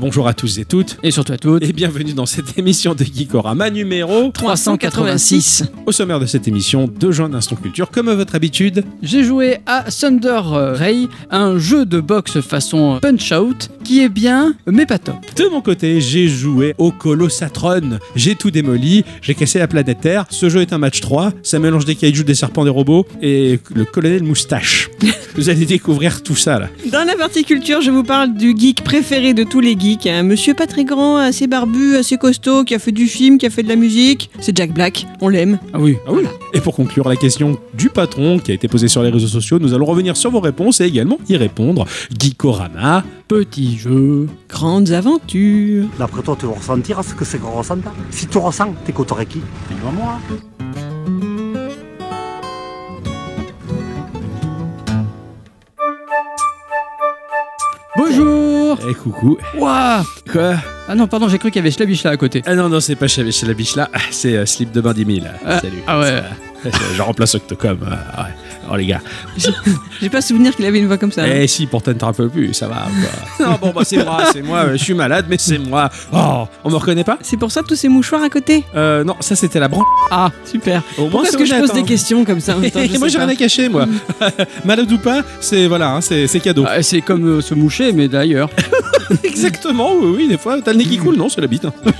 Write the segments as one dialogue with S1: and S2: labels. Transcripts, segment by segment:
S1: bonjour à tous et toutes.
S2: Et surtout à toutes.
S1: Et bienvenue dans cette émission de Geekorama numéro
S2: 386.
S1: Au sommaire de cette émission, deux joints d'instant culture, comme à votre habitude.
S2: J'ai joué à Thunder Ray, un jeu de boxe façon Punch Out, qui est bien, mais pas top.
S1: De mon côté, j'ai joué au Colossatron. J'ai tout démoli, j'ai cassé la planète Terre. Ce jeu est un match 3, ça mélange des kaijus, des serpents, des robots et le colonel moustache. Vous allez découvrir tout ça là.
S3: Dans la partie culture, je vous parle du geek préféré de tous les geeks, un monsieur pas très grand, assez barbu, assez costaud, qui a fait du film, qui a fait de la musique. C'est Jack Black, on l'aime.
S2: Ah oui.
S1: Ah oui. Et pour conclure la question du patron qui a été posée sur les réseaux sociaux, nous allons revenir sur vos réponses et également y répondre. Geekorama,
S2: Petit jeu.
S3: Grandes aventures.
S4: D'après toi, tu vas ressentir ce que c'est qu'on ressent. là. Si tu ressens, t'es contre qui Dis-moi.
S2: Bonjour
S1: et Eh, coucou.
S2: Waouh
S1: Quoi
S2: Ah non, pardon, j'ai cru qu'il y avait Slavish là à côté.
S1: Ah non, non, c'est pas chez chez la biche là, Ah, c'est euh, Slip de bain 10 000.
S2: Ah,
S1: Salut.
S2: ah ouais.
S1: C'est- Je remplace Octocom. ah, ouais. Oh les gars.
S3: J'ai pas souvenir qu'il avait une voix comme ça.
S1: Eh si, pourtant t'en rappelles plus, ça va. quoi. non, bon, bah c'est moi, c'est moi, euh, je suis malade, mais c'est moi. Oh, on me reconnaît pas
S3: C'est pour ça tous ces mouchoirs à côté
S1: euh, Non, ça c'était la branche.
S2: Ah, super.
S1: Au moins,
S3: Pourquoi
S1: c'est
S3: est-ce que je
S1: honnête,
S3: pose des
S1: hein.
S3: questions comme ça en même temps, je
S1: moi
S3: sais
S1: j'ai rien
S3: pas. Mm.
S1: à cacher moi. malade ou pas, c'est voilà, hein, c'est c'est cadeau.
S2: Ah, c'est comme euh, se moucher, mais d'ailleurs.
S1: Exactement, oui, oui, des fois, t'as le nez
S3: Mm.
S1: qui coule, non, c'est la bite. hein.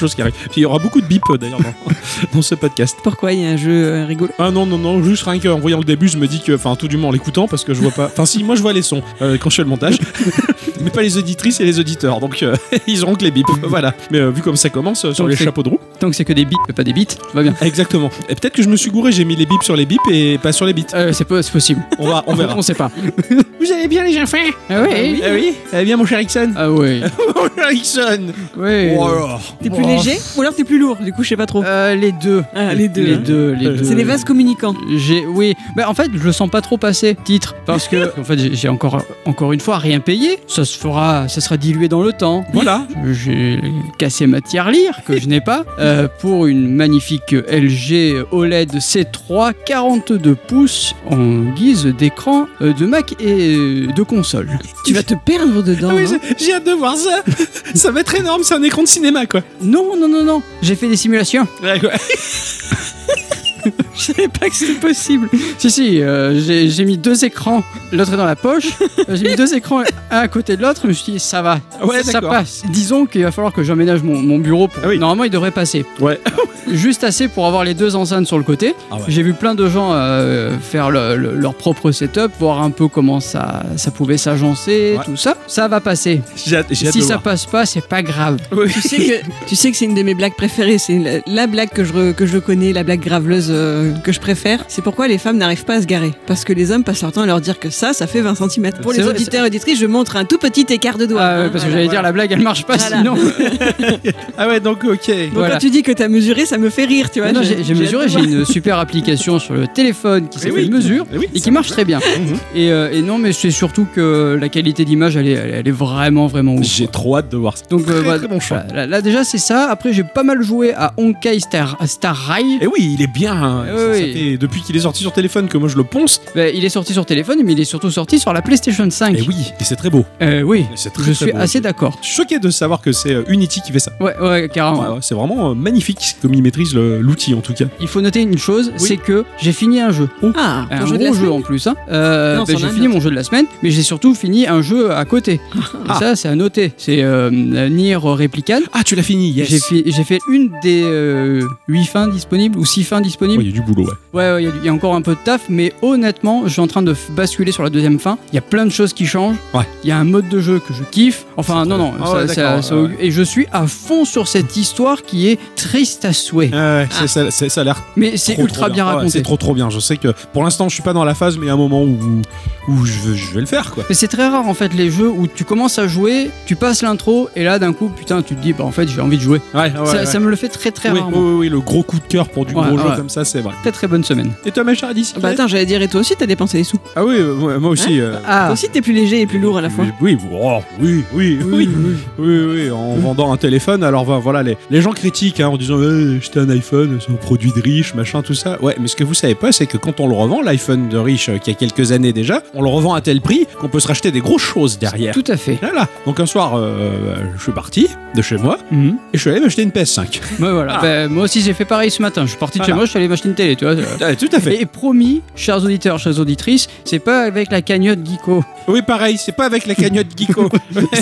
S1: Chose qui arrive. Puis il y aura beaucoup de bip euh, d'ailleurs dans, dans ce podcast.
S3: Pourquoi il y a un jeu euh, rigolo
S1: Ah non, non, non, juste rien qu'en voyant le début, je me dis que, enfin, tout du moins en l'écoutant, parce que je vois pas. Enfin, si, moi je vois les sons euh, quand je fais le montage, mais pas les auditrices et les auditeurs, donc euh, ils auront que les bips, voilà. Mais euh, vu comme ça commence, euh, sur
S2: Donc
S1: les
S2: c'est-
S1: chapeaux de roue.
S2: Tant que c'est que des bips, mais pas des bits, tout va bien.
S1: Exactement. Et peut-être que je me suis gouré, j'ai mis les bips sur les bips et pas sur les bits.
S2: Euh, c'est peu- c'est possible.
S1: On va, on verra.
S2: On sait pas.
S1: Vous allez bien, les gens
S2: Ah oui
S1: Ah oui Ça va bien, mon cher Ixon
S2: Ah oui.
S1: Mon cher Ixon
S2: Oui.
S1: Oh alors.
S3: T'es plus
S2: Oh.
S3: léger ou alors t'es plus lourd Du coup, je sais pas trop.
S2: Euh, les deux.
S3: Ah, les deux,
S2: Les
S3: hein.
S2: deux, Euh, les deux.
S3: C'est des vases communicants.
S2: J'ai oui, mais en fait je le sens pas trop passer titre parce que en fait j'ai- j'ai encore encore une fois rien payé. Ça se fera, ça sera dilué dans le temps.
S1: Voilà.
S2: J'ai cassé ma tiers lire que je n'ai pas euh, pour une magnifique LG OLED C3 42 pouces en guise d'écran euh, de Mac et euh, de console.
S3: Tu vas te perdre dedans.
S1: Ah oui,
S3: hein.
S1: j'ai- j'ai hâte de voir ça. ça va être énorme, c'est un écran de cinéma quoi.
S2: Non non non non, j'ai fait des simulations.
S1: Ouais, ouais.
S2: Je savais pas que c'était possible. Si, si, euh, j'ai j'ai mis deux écrans. L'autre est dans la poche. Euh, J'ai mis deux écrans, un à côté de l'autre. Je me suis dit, ça va.
S1: Ouais,
S2: ça
S1: d'accord.
S2: passe. Disons qu'il va falloir que j'emménage mon, mon bureau. Pour...
S1: Ah oui.
S2: Normalement, il devrait passer.
S1: Ouais.
S2: Juste assez pour avoir les deux enceintes sur le côté.
S1: Ah ouais.
S2: J'ai vu plein de gens euh, faire le- le- leur propre setup, voir un peu comment ça, ça pouvait s'agencer,
S1: Ouais.
S2: tout ça. Ça va passer.
S1: J'ai hâte, j'ai hâte
S2: Si
S1: de
S2: ça
S1: voir.
S2: passe pas, c'est pas grave.
S3: Tu sais que, tu sais que c'est une de mes blagues préférées. C'est la, la blague que je, re- que je connais, la blague graveleuse euh, que je préfère. C'est pourquoi les femmes n'arrivent pas à se garer. Parce que les hommes passent leur temps à leur dire que ça, ça fait 20 cm. Pour
S2: C'est
S3: les
S2: vrai,
S3: auditeurs et auditrices, je montre un tout petit écart de doigt.
S2: Ah, ouais,
S3: Hein,
S2: parce que
S3: voilà.
S2: j'allais dire, la blague, elle marche pas
S3: Voilà.
S2: sinon.
S1: Ah ouais, donc ok.
S3: Donc
S2: voilà.
S3: quand tu dis que t'as mesuré, ça me fait rire, tu vois.
S2: Non, non,
S3: J'ai-
S2: j'ai j'ai
S3: j'ai hâte de
S2: mesuré, j'ai
S3: voir.
S2: une super application sur le téléphone qui
S1: Eh
S2: s'appelle Mesure
S1: Eh oui.
S2: et qui marche très bien.
S1: Mhm.
S2: Et, euh, et non, mais c'est surtout que la qualité d'image, elle est, elle est- elle est vraiment, vraiment ouf.
S1: J'ai trop hâte de voir ça.
S2: Donc, euh,
S1: Très,
S2: voilà.
S1: très bon choix.
S2: Voilà, là, là, déjà, c'est ça. Après, j'ai pas mal joué à Honkai Star, Star Rail.
S1: Et oui, il est bien. hein.
S2: Eh
S1: Ça- ça
S2: oui.
S1: fait- depuis qu'il est sorti sur téléphone que moi je le ponce.
S2: Bah, il est sorti sur téléphone, mais il est surtout sorti sur la PlayStation 5.
S1: Et Eh oui, et c'est très beau.
S2: Euh, oui.
S1: C'est très,
S2: Je
S1: très
S2: suis
S1: beau.
S2: assez d'accord.
S1: Je suis choqué de savoir que c'est euh, Unity qui fait ça.
S2: Ouais, ouais, carrément.
S1: Ouais, ouais, c'est vraiment euh, magnifique comme ils maîtrisent le- l'outil en tout cas.
S2: Il faut noter une chose, c'est que j'ai fini un jeu.
S3: Ah,
S2: Un
S3: ton jeu
S2: gros
S3: de la
S2: jeu
S3: semaine.
S2: en plus. hein. Euh,
S3: Non,
S2: bah,
S3: c'en
S2: j'ai
S3: a un
S2: fini
S3: autre.
S2: mon jeu de la semaine, mais j'ai surtout fini un jeu à côté. Et ça, c'est à noter. C'est euh, Nier Replicant.
S1: Ah, tu l'as fini, yes.
S2: J'ai fait, j'ai fait une des 8 fins disponibles ou 6 fins
S1: Ouais,
S2: disponibles.
S1: Oh, Il y a du boulot, ouais.
S2: Ouais, ouais, il y a du- il y, a encore un peu de taf, mais honnêtement, je suis en train de f- basculer sur la deuxième fin. Il y a plein de choses qui changent.
S1: Ouais.
S2: Il y a un mode de jeu que je kiffe. Enfin, non, non.
S1: bien.
S2: ça-
S1: Ah ouais,
S2: ça-
S1: d'accord,
S2: ça-
S1: ouais, ouais.
S2: Et je suis à fond sur cette histoire qui est triste à souhait.
S1: Ah ouais, c'est- ça, c'est- ça a l'air
S2: Mais c'est
S1: trop,
S2: ultra
S1: trop
S2: bien
S1: Ah ouais,
S2: raconté.
S1: c'est trop trop bien. Je sais que pour l'instant, je suis pas dans la phase, mais il y a un moment où, où je, veux- je vais le faire quoi.
S2: Mais c'est très rare en fait les jeux où tu commences à jouer, tu passes l'intro et là d'un coup putain tu te dis bah en fait j'ai envie de jouer.
S1: Ouais, ouais,
S2: ça,
S1: ouais.
S2: ça me le fait très très
S1: oui, oui,
S2: rarement.
S1: oui, oui, le gros coup de cœur pour du
S2: Ouais,
S1: gros jeu
S2: ouais.
S1: comme ça c'est vrai. Ah,
S2: Très très bonne semaine.
S1: Et toi, ma chère Alice
S3: Bah attends, j'allais dire, et toi aussi, t'as dépensé les sous.
S1: Ah oui, euh, moi, moi aussi. euh,
S3: Toi
S2: Ah,
S3: aussi, t'es plus léger et plus lourd à la fois.
S1: Oui, oui, oh, oui, oui, oui, oui, oui, en vendant un téléphone. Alors vo- voilà, les, les gens critiquent hein, en disant euh, j'étais un iPhone, c'est un produit de riche, machin, tout ça. Ouais, mais ce que vous savez pas, c'est que quand on le revend, l'iPhone de riche, euh, qui a quelques années déjà, on le revend à tel prix qu'on peut se racheter des grosses choses derrière.
S2: tout à fait.
S1: Voilà. Donc un soir, euh, je suis parti de chez moi
S2: Mhm.
S1: et je suis allé m'acheter une PS5.
S2: Bah, voilà.
S1: Ah.
S2: Bah, moi aussi j'ai fait pareil ce matin. Je suis parti de chez
S1: Voilà.
S2: moi, je suis allé m'acheter une télé, tu vois.
S1: Ah, tout à fait.
S2: Et promis, chers auditeurs, chères auditrices, c'est pas avec la cagnotte Geeko.
S1: Oui, pareil, c'est pas avec la cagnotte Geeko.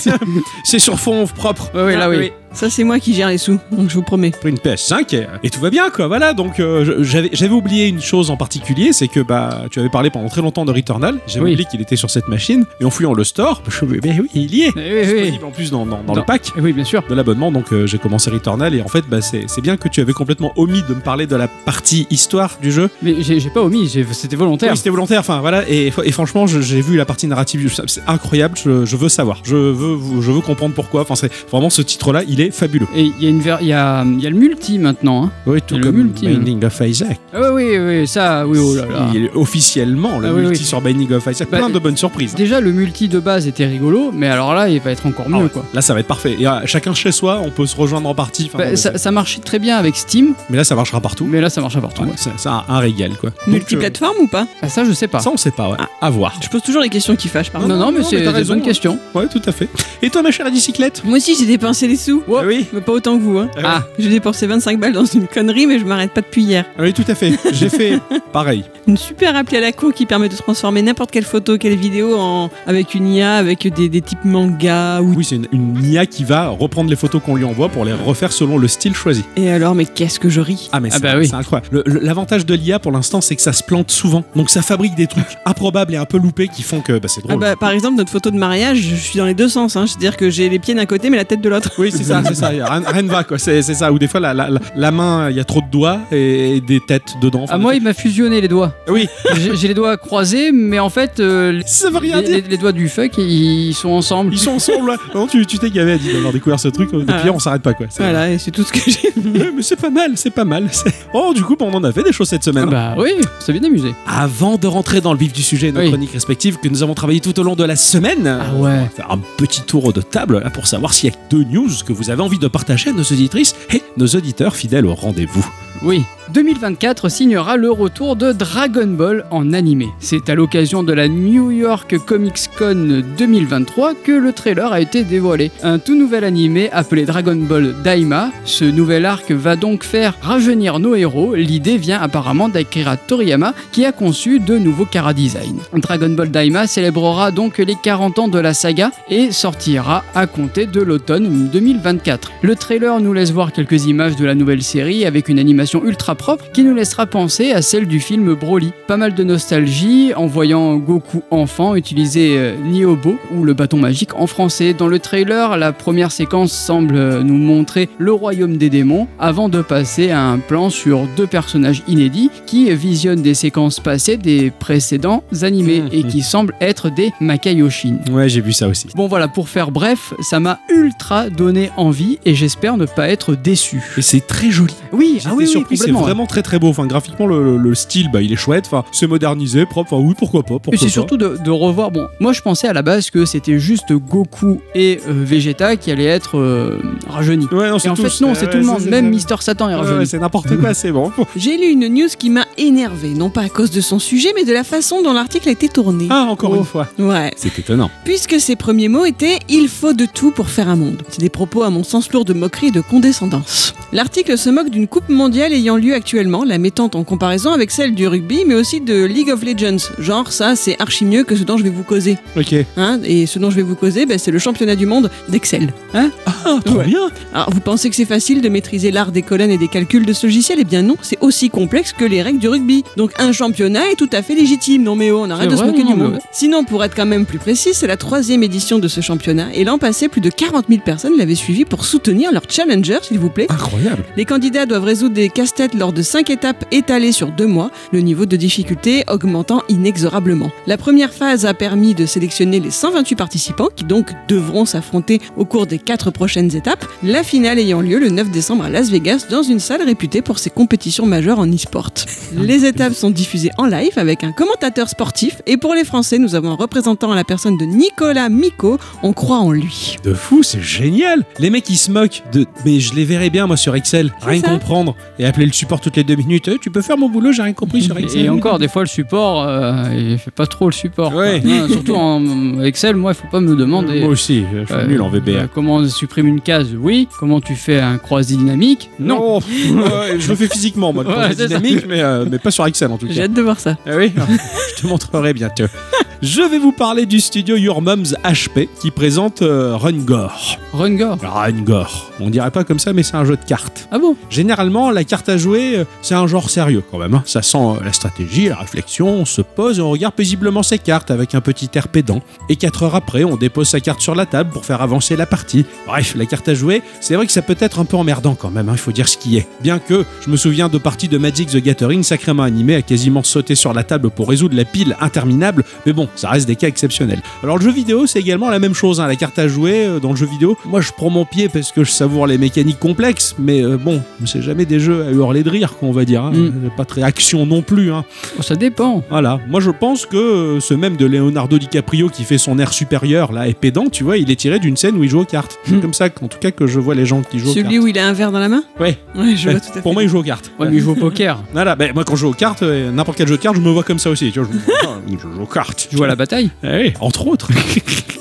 S1: c'est sur fond propre.
S2: Ouais, ouais, là,
S1: Ah,
S2: oui.
S3: Ça, c'est moi qui gère les sous, donc je vous promets.
S1: pris une PS5 et, et tout va bien quoi voilà donc euh, je- j'avais j'avais oublié une chose en particulier c'est que bah tu avais parlé pendant très longtemps de Returnal j'avais
S2: Oui.
S1: oublié qu'il était sur cette machine et en fouillant le store je me mais oui il y est
S2: Eh oui, oui.
S1: Disponible en plus dans, dans- dans le
S2: Dans-
S1: pack
S2: Eh oui, bien sûr.
S1: de l'abonnement donc euh, j'ai commencé Returnal et en fait bah, c'est c'est bien que tu avais complètement omis de me parler de la partie histoire du jeu
S2: Mais j'ai j'ai pas omis, j'ai- c'était volontaire.
S1: oui, c'était volontaire, enfin voilà, et, et franchement, je- j'ai vu la partie narrative, du- c'est incroyable, je, je veux savoir, je veux, vous- je veux comprendre pourquoi, enfin c'est vraiment ce titre-là, il est fabuleux.
S2: Et il y, a une ver- il y a, il y a le multi maintenant. Hein.
S1: Oui, tout
S2: Et le
S1: comme
S2: multi, hein.
S1: Binding of Isaac.
S2: Ah oui, oui, oui, ça, oui, oh là là.
S1: Il est officiellement le
S2: Ah oui,
S1: multi
S2: oui.
S1: sur Binding of Isaac.
S2: Bah,
S1: Plein de bonnes surprises.
S2: Déjà, le multi de base était rigolo, mais alors là, il va être encore
S1: Ah
S2: mieux,
S1: ouais,
S2: quoi.
S1: Là, ça va être parfait. Et, euh, chacun chez soi, on peut se rejoindre en partie. Enfin,
S2: Bah,
S1: bon, mais,
S2: ça, ça marchait très bien avec Steam,
S1: mais là, ça marchera partout.
S2: mais là, ça marche à partout.
S1: Ouais,
S2: ouais.
S1: C'est c'est un, un régal, quoi. Donc,
S3: Multiplateforme ou pas
S2: Ah, ça, je sais pas. Ah.
S1: euh, ça, on sait pas, ouais. À voir.
S3: Je pose toujours les questions qui fâchent, pardon.
S2: Non, non, mais
S1: non, mais
S2: c'est
S1: t'as
S2: une
S1: raison,
S2: bonne
S1: hein.
S2: question.
S1: Ouais, tout à fait. Et toi, ma chère bicyclette
S3: Moi aussi, j'ai dépensé les sous.
S2: Oh.
S1: oui,
S3: Mais pas autant que vous, hein.
S1: Eh Ouais.
S2: Ah,
S3: J'ai dépensé 25 balles dans une connerie, mais je m'arrête pas depuis hier.
S1: Ah oui, tout à fait. J'ai fait pareil.
S3: Une super appli à la con qui permet de transformer n'importe quelle photo, quelle vidéo en... avec une IA, avec des, des types manga ou.
S1: Oui, c'est une, une IA qui va reprendre les photos qu'on lui envoie pour les refaire selon le style choisi.
S3: Et alors, mais qu'est-ce que je ris
S1: Ah, mais
S2: Ah
S1: c'est
S2: bah oui.
S1: c'est incroyable. Le- le- L'avantage de l'IA pour l'instant, c'est que ça se plante souvent. Donc ça fabrique des trucs improbables et un peu loupés qui font que bah, c'est
S3: Ah
S1: drôle.
S3: bah, par exemple, notre photo de mariage, je suis dans les deux sens. Hein. C'est-à-dire que j'ai les pieds d'un côté, mais la tête de l'autre.
S1: Oui, c'est ça, c'est ça. Rien, rien ne va, quoi. C'est c'est ça. Ou des fois, la, la, la- la main, il y a trop de doigts et, et des têtes dedans. Enfin,
S2: ah, moi, il m'a fusionné les doigts.
S1: Oui.
S2: J'ai j'ai les doigts croisés, mais en fait, euh, les,
S1: ça veut rien
S2: les-
S1: dire.
S2: les doigts du fuck, ils sont ensemble.
S1: Ils sont ensemble. là. Non, tu tu t'es gavé à dire d'avoir découvert ce truc. Depuis
S3: Ah.
S1: hier, on s'arrête pas, quoi. C'est-
S3: Voilà, et c'est tout ce que j'ai.
S1: Ouais, mais c'est pas mal, c'est pas mal. C'est- Oh, du coup, bah, on en a fait des choses cette
S2: Ah
S1: semaine.
S2: bah oui, ça bien amusé.
S1: Avant de rentrer dans le vif du sujet et nos
S2: Oui.
S1: chroniques respectives que nous avons travaillé tout au long de la semaine,
S2: Ah
S1: on
S2: ouais.
S1: va faire un petit tour de table là, pour savoir s'il y a deux news que vous avez envie de partager à nos auditrices et nos auditeurs fidèles au rendez-vous.
S2: Oui, 2024 signera le retour de Dragon Ball en animé. C'est à l'occasion de la New York Comics Con 2023 que le trailer a été dévoilé. Un tout nouvel animé appelé Dragon Ball Daima, ce nouvel arc va donc faire rajeunir nos héros. L'idée vient apparemment d'Akira Toriyama qui a conçu de nouveaux cara design. Dragon Ball Daima célébrera donc les 40 ans de la saga et sortira à compter de l'automne 2024. Le trailer nous laisse voir quelques images de la nouvelle série avec une animation ultra propre qui nous laissera penser à celle du film Broly. Pas mal de nostalgie en voyant Goku enfant utiliser euh, Niobo ou le bâton magique en français. Dans le trailer, la première séquence semble euh, nous montrer le royaume des démons avant de passer à un plan sur deux personnages inédits qui visionnent des séquences passées des précédents animés et qui semblent être des Makaioshin.
S1: Ouais, j'ai vu ça aussi.
S2: Bon voilà, pour faire bref, ça m'a ultra donné envie et j'espère ne pas être déçu.
S1: Et c'est très joli.
S2: Oui,
S1: J'étais
S2: ah oui, oui,
S1: surpris, c'est
S2: complètement.
S1: vraiment très très beau. Enfin, graphiquement, le, le- le style, bah, il est chouette. Enfin, c'est modernisé, propre. Enfin, oui, pourquoi pas. Pourquoi
S2: Et c'est
S1: pas.
S2: surtout de, de revoir. Bon, moi je pensais à la base que c'était juste Goku et euh, Vegeta qui allaient être euh, rajeunis.
S1: Ouais, non,
S2: Et
S1: c'est
S2: en
S1: tous.
S2: fait, non,
S1: Ouais,
S2: c'est
S1: ouais,
S2: tout le monde.
S1: c'est-
S2: Même
S1: c'est-
S2: Mister Satan est
S1: Ouais,
S2: rajeuni.
S1: ouais, c'est n'importe quoi, c'est bon.
S3: J'ai lu une news qui m'a énervée, non pas à cause de son sujet, mais de la façon dont l'article a été tourné.
S1: Ah, encore
S2: Oh.
S1: une fois.
S3: Ouais.
S1: C'est étonnant.
S3: Puisque ses premiers mots étaient Il faut de tout pour faire un monde. C'est des propos à mon sens lourds de moquerie et de condescendance. L'article se moque d'une coupe mondiale ayant lieu actuellement, la mettant en comparaison avec celle du rugby, mais aussi de League of Legends. Genre, ça, c'est archi mieux que ce dont je vais vous causer.
S1: Ok.
S3: Hein et ce dont je vais vous causer, ben, c'est le championnat du monde d'Excel.
S1: Ah, trop
S3: Ouais.
S1: bien.
S3: Alors, vous pensez que c'est facile de maîtriser l'art des colonnes et des calculs de ce logiciel Eh bien non, c'est aussi complexe que les règles du rugby. Donc un championnat est tout à fait légitime. Non mais oh, on arrête
S2: C'est
S3: de se
S2: vrai,
S3: moquer
S2: non,
S3: du
S2: mais
S3: monde.
S2: ouais.
S3: Sinon, pour être quand même plus précis, c'est la troisième édition de ce championnat. Et l'an passé, plus de 40 000 personnes l'avaient suivi pour soutenir leur challenger, s'il vous plaît.
S1: Incroyable.
S3: Les candidats doivent résoudre des casse-tête lors de 5 étapes étalées sur 2 mois, le niveau de difficulté augmentant inexorablement. La première phase a permis de sélectionner les 128 participants qui donc devront s'affronter au cours des 4 prochaines étapes, la finale ayant lieu le 9 décembre à Las Vegas dans une salle réputée pour ses compétitions majeures en e-sport. Les étapes sont diffusées en live avec un commentateur sportif et pour les Français, nous avons un représentant à la personne de Nicolas Miko, on croit en lui.
S1: De fou, c'est génial Les mecs, ils se moquent de... Mais je les verrais bien, moi, sur Excel. Rien
S3: ça.
S1: comprendre. Et appeler le support toutes les deux minutes. Eh, tu peux faire mon boulot, j'ai rien compris sur Excel.
S2: Et encore, des fois, le support, euh, il fait pas trop le support. quoi.
S1: Ouais.
S2: Non, surtout en Excel, moi, il faut pas me demander.
S1: Moi aussi, je suis
S2: euh,
S1: nul en
S2: euh,
S1: VBA.
S2: comment on supprime une case Oui. Comment tu fais un croisé dynamique Non.
S1: Oh, pff, ouais, je le fais physiquement, moi, le
S2: Ouais,
S1: projet
S2: c'est ça.
S1: dynamique, mais, euh, mais pas sur Excel en tout
S3: J'ai
S1: cas.
S3: hâte de voir ça.
S1: Ah oui, je te montrerai bientôt. Je vais vous parler du studio Your Moms HP qui présente euh, Rungor.
S2: Run Gore.
S1: Rungor. On dirait pas comme ça, mais c'est un jeu de cartes.
S2: Ah bon
S1: Généralement, la carte à jouer, euh, c'est un genre sérieux quand même. hein. Ça sent euh, la stratégie, la réflexion, on se pose et on regarde paisiblement ses cartes avec un petit air pédant. Et 4 heures après, on dépose sa carte sur la table pour faire avancer la partie. Bref, la carte à jouer, c'est vrai que ça peut être un peu emmerdant quand même, hein, il faut dire ce qui est. Bien que je me souviens de parties de Magic the Gathering sacrément animées à quasiment sauter sur la table pour résoudre la pile interminable, mais bon, ça reste des cas exceptionnels. Alors le jeu vidéo, c'est également la même chose, hein, la carte à jouer euh, dans le jeu vidéo. Moi, je prends mon pied parce que je savoure les mécaniques complexes, mais euh, bon, c'est jamais des jeux à hurler de rire, qu'on va dire. hein.
S2: Mm.
S1: Pas très action non plus. hein.
S2: Oh, Ça dépend.
S1: Voilà, moi je pense que euh, ce même de Leonardo DiCaprio qui fait son air supérieur là et pédant, tu vois, il est tiré d'une scène où il joue aux cartes. C'est
S2: Hmm.
S1: comme ça, en tout cas, que je vois les gens qui jouent
S3: Celui
S1: aux
S3: où il a un verre dans la main
S1: cartes. Ouais,
S3: Ouais, je
S1: ouais,
S3: vois tout à fait.
S1: Eh, pour moi, il joue aux cartes.
S2: Ouais, mais il joue au poker.
S1: Voilà, ben, moi quand je joue aux cartes, euh, n'importe quel jeu de cartes, je me vois comme ça aussi. Tu vois, je, me dis, Ah, je joue aux cartes.
S2: Tu vois la bataille
S1: Eh oui, entre autres.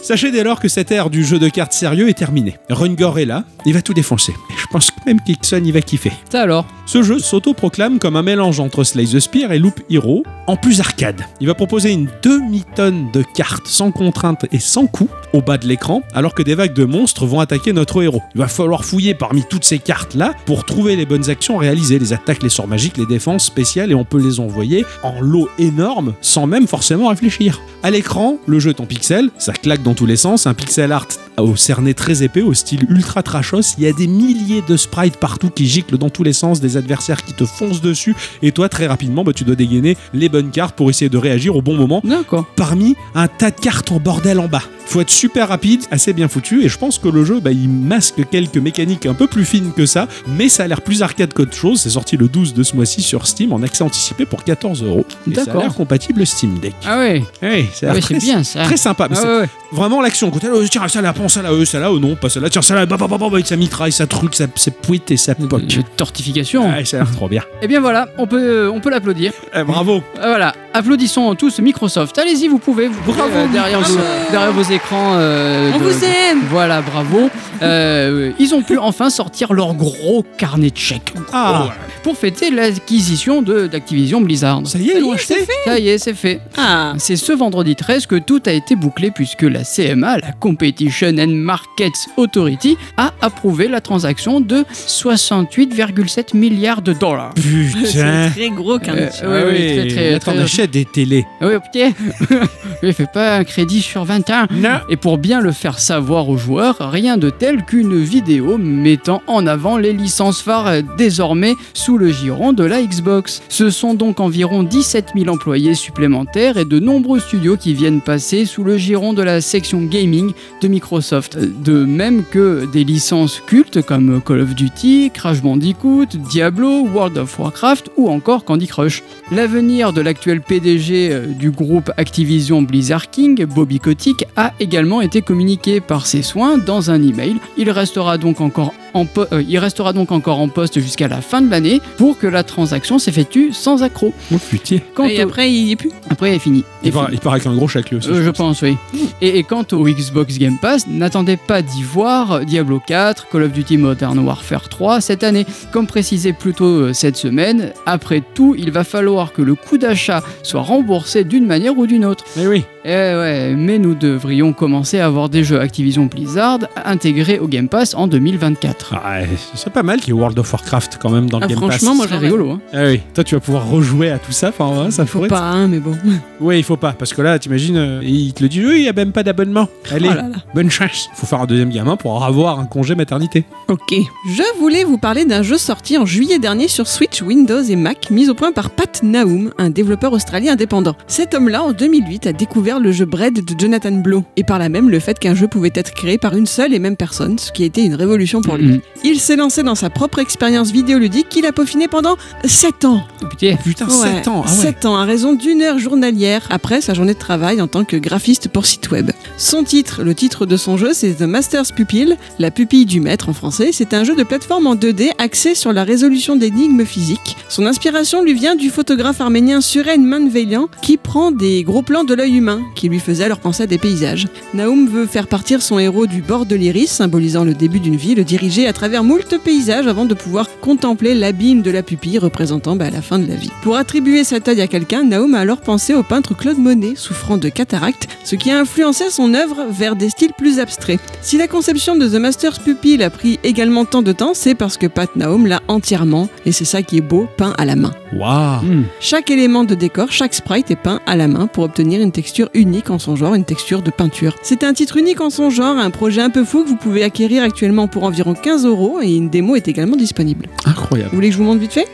S1: Sachez dès lors que cette ère du jeu de cartes sérieux est terminée. Rungor est là, il va tout défoncer. Et je pense que même Kixon, il va kiffer.
S2: Ça alors
S1: Ce jeu s'auto-proclame comme un mélange entre Slay the Spire et Loop Hero, en plus arcade. Il va proposer une demi-tonne de cartes sans contrainte et sans coût au bas de l'écran, alors que des vagues de monstres vont attaquer notre héros. Il va falloir fouiller parmi toutes ces cartes-là pour trouver les bonnes actions à réaliser, les attaques, les sorts magiques, les défenses spéciales, et on peut les envoyer en lot énorme sans même forcément réfléchir. À l'écran, le jeu est en pixel, ça claque dans tous les sens, un pixel art au cerné très épais, au style ultra trashos, il y a des milliers de sprites partout qui giclent dans tous les sens, des adversaires qui te foncent dessus, et toi très rapidement bah, tu dois dégainer les bonnes cartes pour essayer de réagir au bon moment
S2: D'accord.
S1: parmi un tas de cartes en bordel en bas. Faut être super rapide, assez bien foutu, et je pense que le jeu, bah, il masque quelques mécaniques un peu plus fines que ça, mais ça a l'air plus arcade qu'autre chose. C'est sorti le 12 de ce mois-ci sur Steam en accès anticipé pour 14 euros. Et Ça a
S2: D'accord.
S1: l'air compatible Steam Deck.
S2: Ah ouais,
S1: Ouais, ça a
S2: Ah
S1: l'air
S2: ouais, c'est
S1: très-
S2: bien ça.
S1: Très sympa, mais
S2: Ah
S1: c'est
S2: ouais, ouais.
S1: vraiment l'action. Quand elle, oh, tiens, ça la prends, ça la, euh, ça la, euh, non, pas ça là, tiens, ça la, bah, bah, bah, bah, bah, ça mitraille, ça truc, ça, ça pouite et ça poque.
S2: Une tortification.
S1: Ouais, ça a l'air trop bien.
S2: Eh bien voilà, on peut, on peut l'applaudir.
S1: Eh, bravo.
S2: Euh, Voilà, applaudissons tous Microsoft. Allez-y, vous pouvez. Vous pouvez, euh,
S3: Bravo,
S2: derrière, vos,
S3: Microsoft.
S2: derrière vos écrans. euh,
S3: On
S2: de-
S3: vous aime
S2: Voilà, bravo. Euh, ils ont pu enfin sortir leur gros carnet de chèques
S1: Ah,
S2: pour fêter l'acquisition de- d'Activision Blizzard.
S1: ça y est, ils
S3: Ça y
S1: l'ont
S3: est,
S1: acheté.
S3: c'est
S2: Ça y est, c'est fait.
S3: Ah
S2: C'est ce vendredi 13 que tout a été bouclé puisque la CMA, la Competition and Markets Authority, a approuvé la transaction de 68,7 milliards de dollars.
S3: C'est
S1: Putain.
S3: un très gros carnet.
S2: Euh, ouais,
S1: Ah
S2: ouais, très, très,
S1: Attends, on
S2: très-
S1: achète des télés.
S2: Ah Oui, ok. Il fait pas un crédit sur 21.
S1: Non.
S2: Et pour bien le faire savoir aux joueurs, rien de tel qu'une vidéo mettant en avant les licences phares euh, désormais sous le giron de la Xbox. Ce sont donc environ 17 000 employés supplémentaires et de nombreux studios qui viennent passer sous le giron de la section gaming de Microsoft. Euh, De même que des licences cultes comme Call of Duty, Crash Bandicoot, Diablo, World of Warcraft ou encore Candy Crush. L'avenir de l'actuel PDG euh, du groupe Activision Blizzard King, Bobby Kotick, a également été communiqué par ses soins dans un email. Il restera donc encore en, po- euh, il restera donc encore en poste jusqu'à la fin de l'année pour que la transaction s'effectue sans accroc.
S1: Oh putain.
S2: Quant
S3: Et
S2: au-
S3: après, il y est plus.
S2: après, elle est finie.
S1: Il,
S2: Est
S1: part-
S2: finie.
S1: il part avec un gros chacleux aussi.
S2: Euh, je pense, oui. Et, et quant au Xbox Game Pass, n'attendez pas d'y voir Diablo 4, Call of Duty Modern Warfare 3 cette année. Comme précisé plus tôt euh, cette semaine, après tout, il va falloir que le coût d'achat soit remboursé d'une manière ou d'une autre.
S1: Mais oui.
S2: Eh ouais, mais nous devrions commencer à avoir des jeux Activision Blizzard intégrés au Game Pass en 2024.
S1: Ah, ouais, c'est pas mal qu'il y ait World of Warcraft quand même dans le
S3: Ah,
S1: Game Pass.
S3: franchement, moi,
S2: C'est
S3: j'aurais-
S2: rigolo, hein.
S1: Ah oui, toi tu vas pouvoir rejouer à tout ça, enfin ouais, ça
S3: Faut
S1: pourrait.
S3: pas un, mais bon.
S1: Oui, il faut pas, parce que là, t'imagines, euh, il te le dit, oui, il y a même pas d'abonnement. Allez,
S3: Oh là là.
S1: bonne chance. Faut faire un deuxième gamin pour avoir un congé maternité.
S3: Ok. Je voulais vous parler d'un jeu sorti en juillet dernier sur Switch, Windows et Mac, mis au point par Pat Naum, un développeur australien indépendant. Cet homme-là, en 2008, a découvert le jeu Bread de Jonathan Blow, et par là même le fait qu'un jeu pouvait être créé par une seule et même personne, ce qui a été une révolution pour lui.
S2: Mm.
S3: Il s'est lancé dans sa propre expérience vidéoludique qu'il a peaufinée pendant 7 ans.
S2: Oh, putain.
S1: Putain,
S3: Ouais,
S1: 7 ans. Ah ouais.
S3: 7 ans, à raison d'une heure journalière après sa journée de travail en tant que graphiste pour site web. Son titre, le titre de son jeu, c'est The Master's Pupil, la pupille du maître en français. C'est un jeu de plateforme en 2D axé sur la résolution d'énigmes physiques. Son inspiration lui vient du photographe arménien Suren Manvelian qui prend des gros plans de l'œil humain qui lui faisait alors penser à des paysages. Naoum veut faire partir son héros du bord de l'iris, symbolisant le début d'une ville, dirigée à travers moult paysages avant de pouvoir contempler l'abîme de la pupille représentant bah, la fin de la vie. Pour attribuer cet œil à quelqu'un, Naoum a alors pensé au peintre Claude Monet, souffrant de cataracte, ce qui a influencé son œuvre vers des styles plus abstraits. Si la conception de The Master's Pupil a pris également tant de temps, c'est parce que Pat Naoum l'a entièrement, et c'est ça qui est beau, peint à la main.
S1: Waouh.
S3: Hmm.
S2: Mm.
S3: Chaque élément de décor, chaque sprite est peint à la main pour obtenir une texture unique en son genre, une texture de peinture. C'est un titre unique en son genre, un projet un peu fou que vous pouvez acquérir actuellement pour environ 15 euros et une démo est également disponible.
S1: Incroyable.
S3: Vous voulez que je vous montre vite fait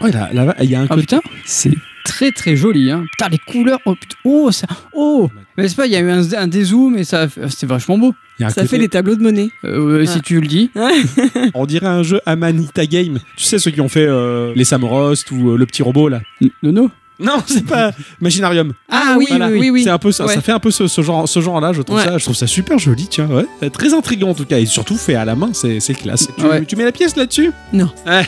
S1: Ouais, là, là, il y a un
S2: Ah,
S1: côté.
S2: putain, c'est très très joli, hein. Putain, les couleurs, oh, putain, oh ça, oh. Mais c'est pas, il y a eu un, un dézoom et ça, c'est vachement beau.
S1: il y a un
S3: Ça
S1: côté-
S3: fait des tableaux de monnaie.
S2: Euh,
S3: Ah.
S2: Si tu le dis.
S1: On dirait un jeu Amanita Game. Tu sais, ceux qui ont fait euh, les Samorost ou euh, le petit robot là.
S2: Nono.
S1: Non, c'est pas Maginarium.
S3: Ah oui,
S1: Voilà.
S3: oui, oui, oui.
S1: C'est un peu ça.
S3: Ouais.
S1: Ça fait un peu ce, ce genre, ce genre-là. Je trouve
S3: Ouais.
S1: ça, je trouve ça super joli. Tiens, ouais. C'est Très intriguant en tout cas, et surtout fait à la main, c'est, c'est classe. Tu,
S2: Ouais.
S1: tu mets la pièce là-dessus
S3: Non.
S1: Ouais.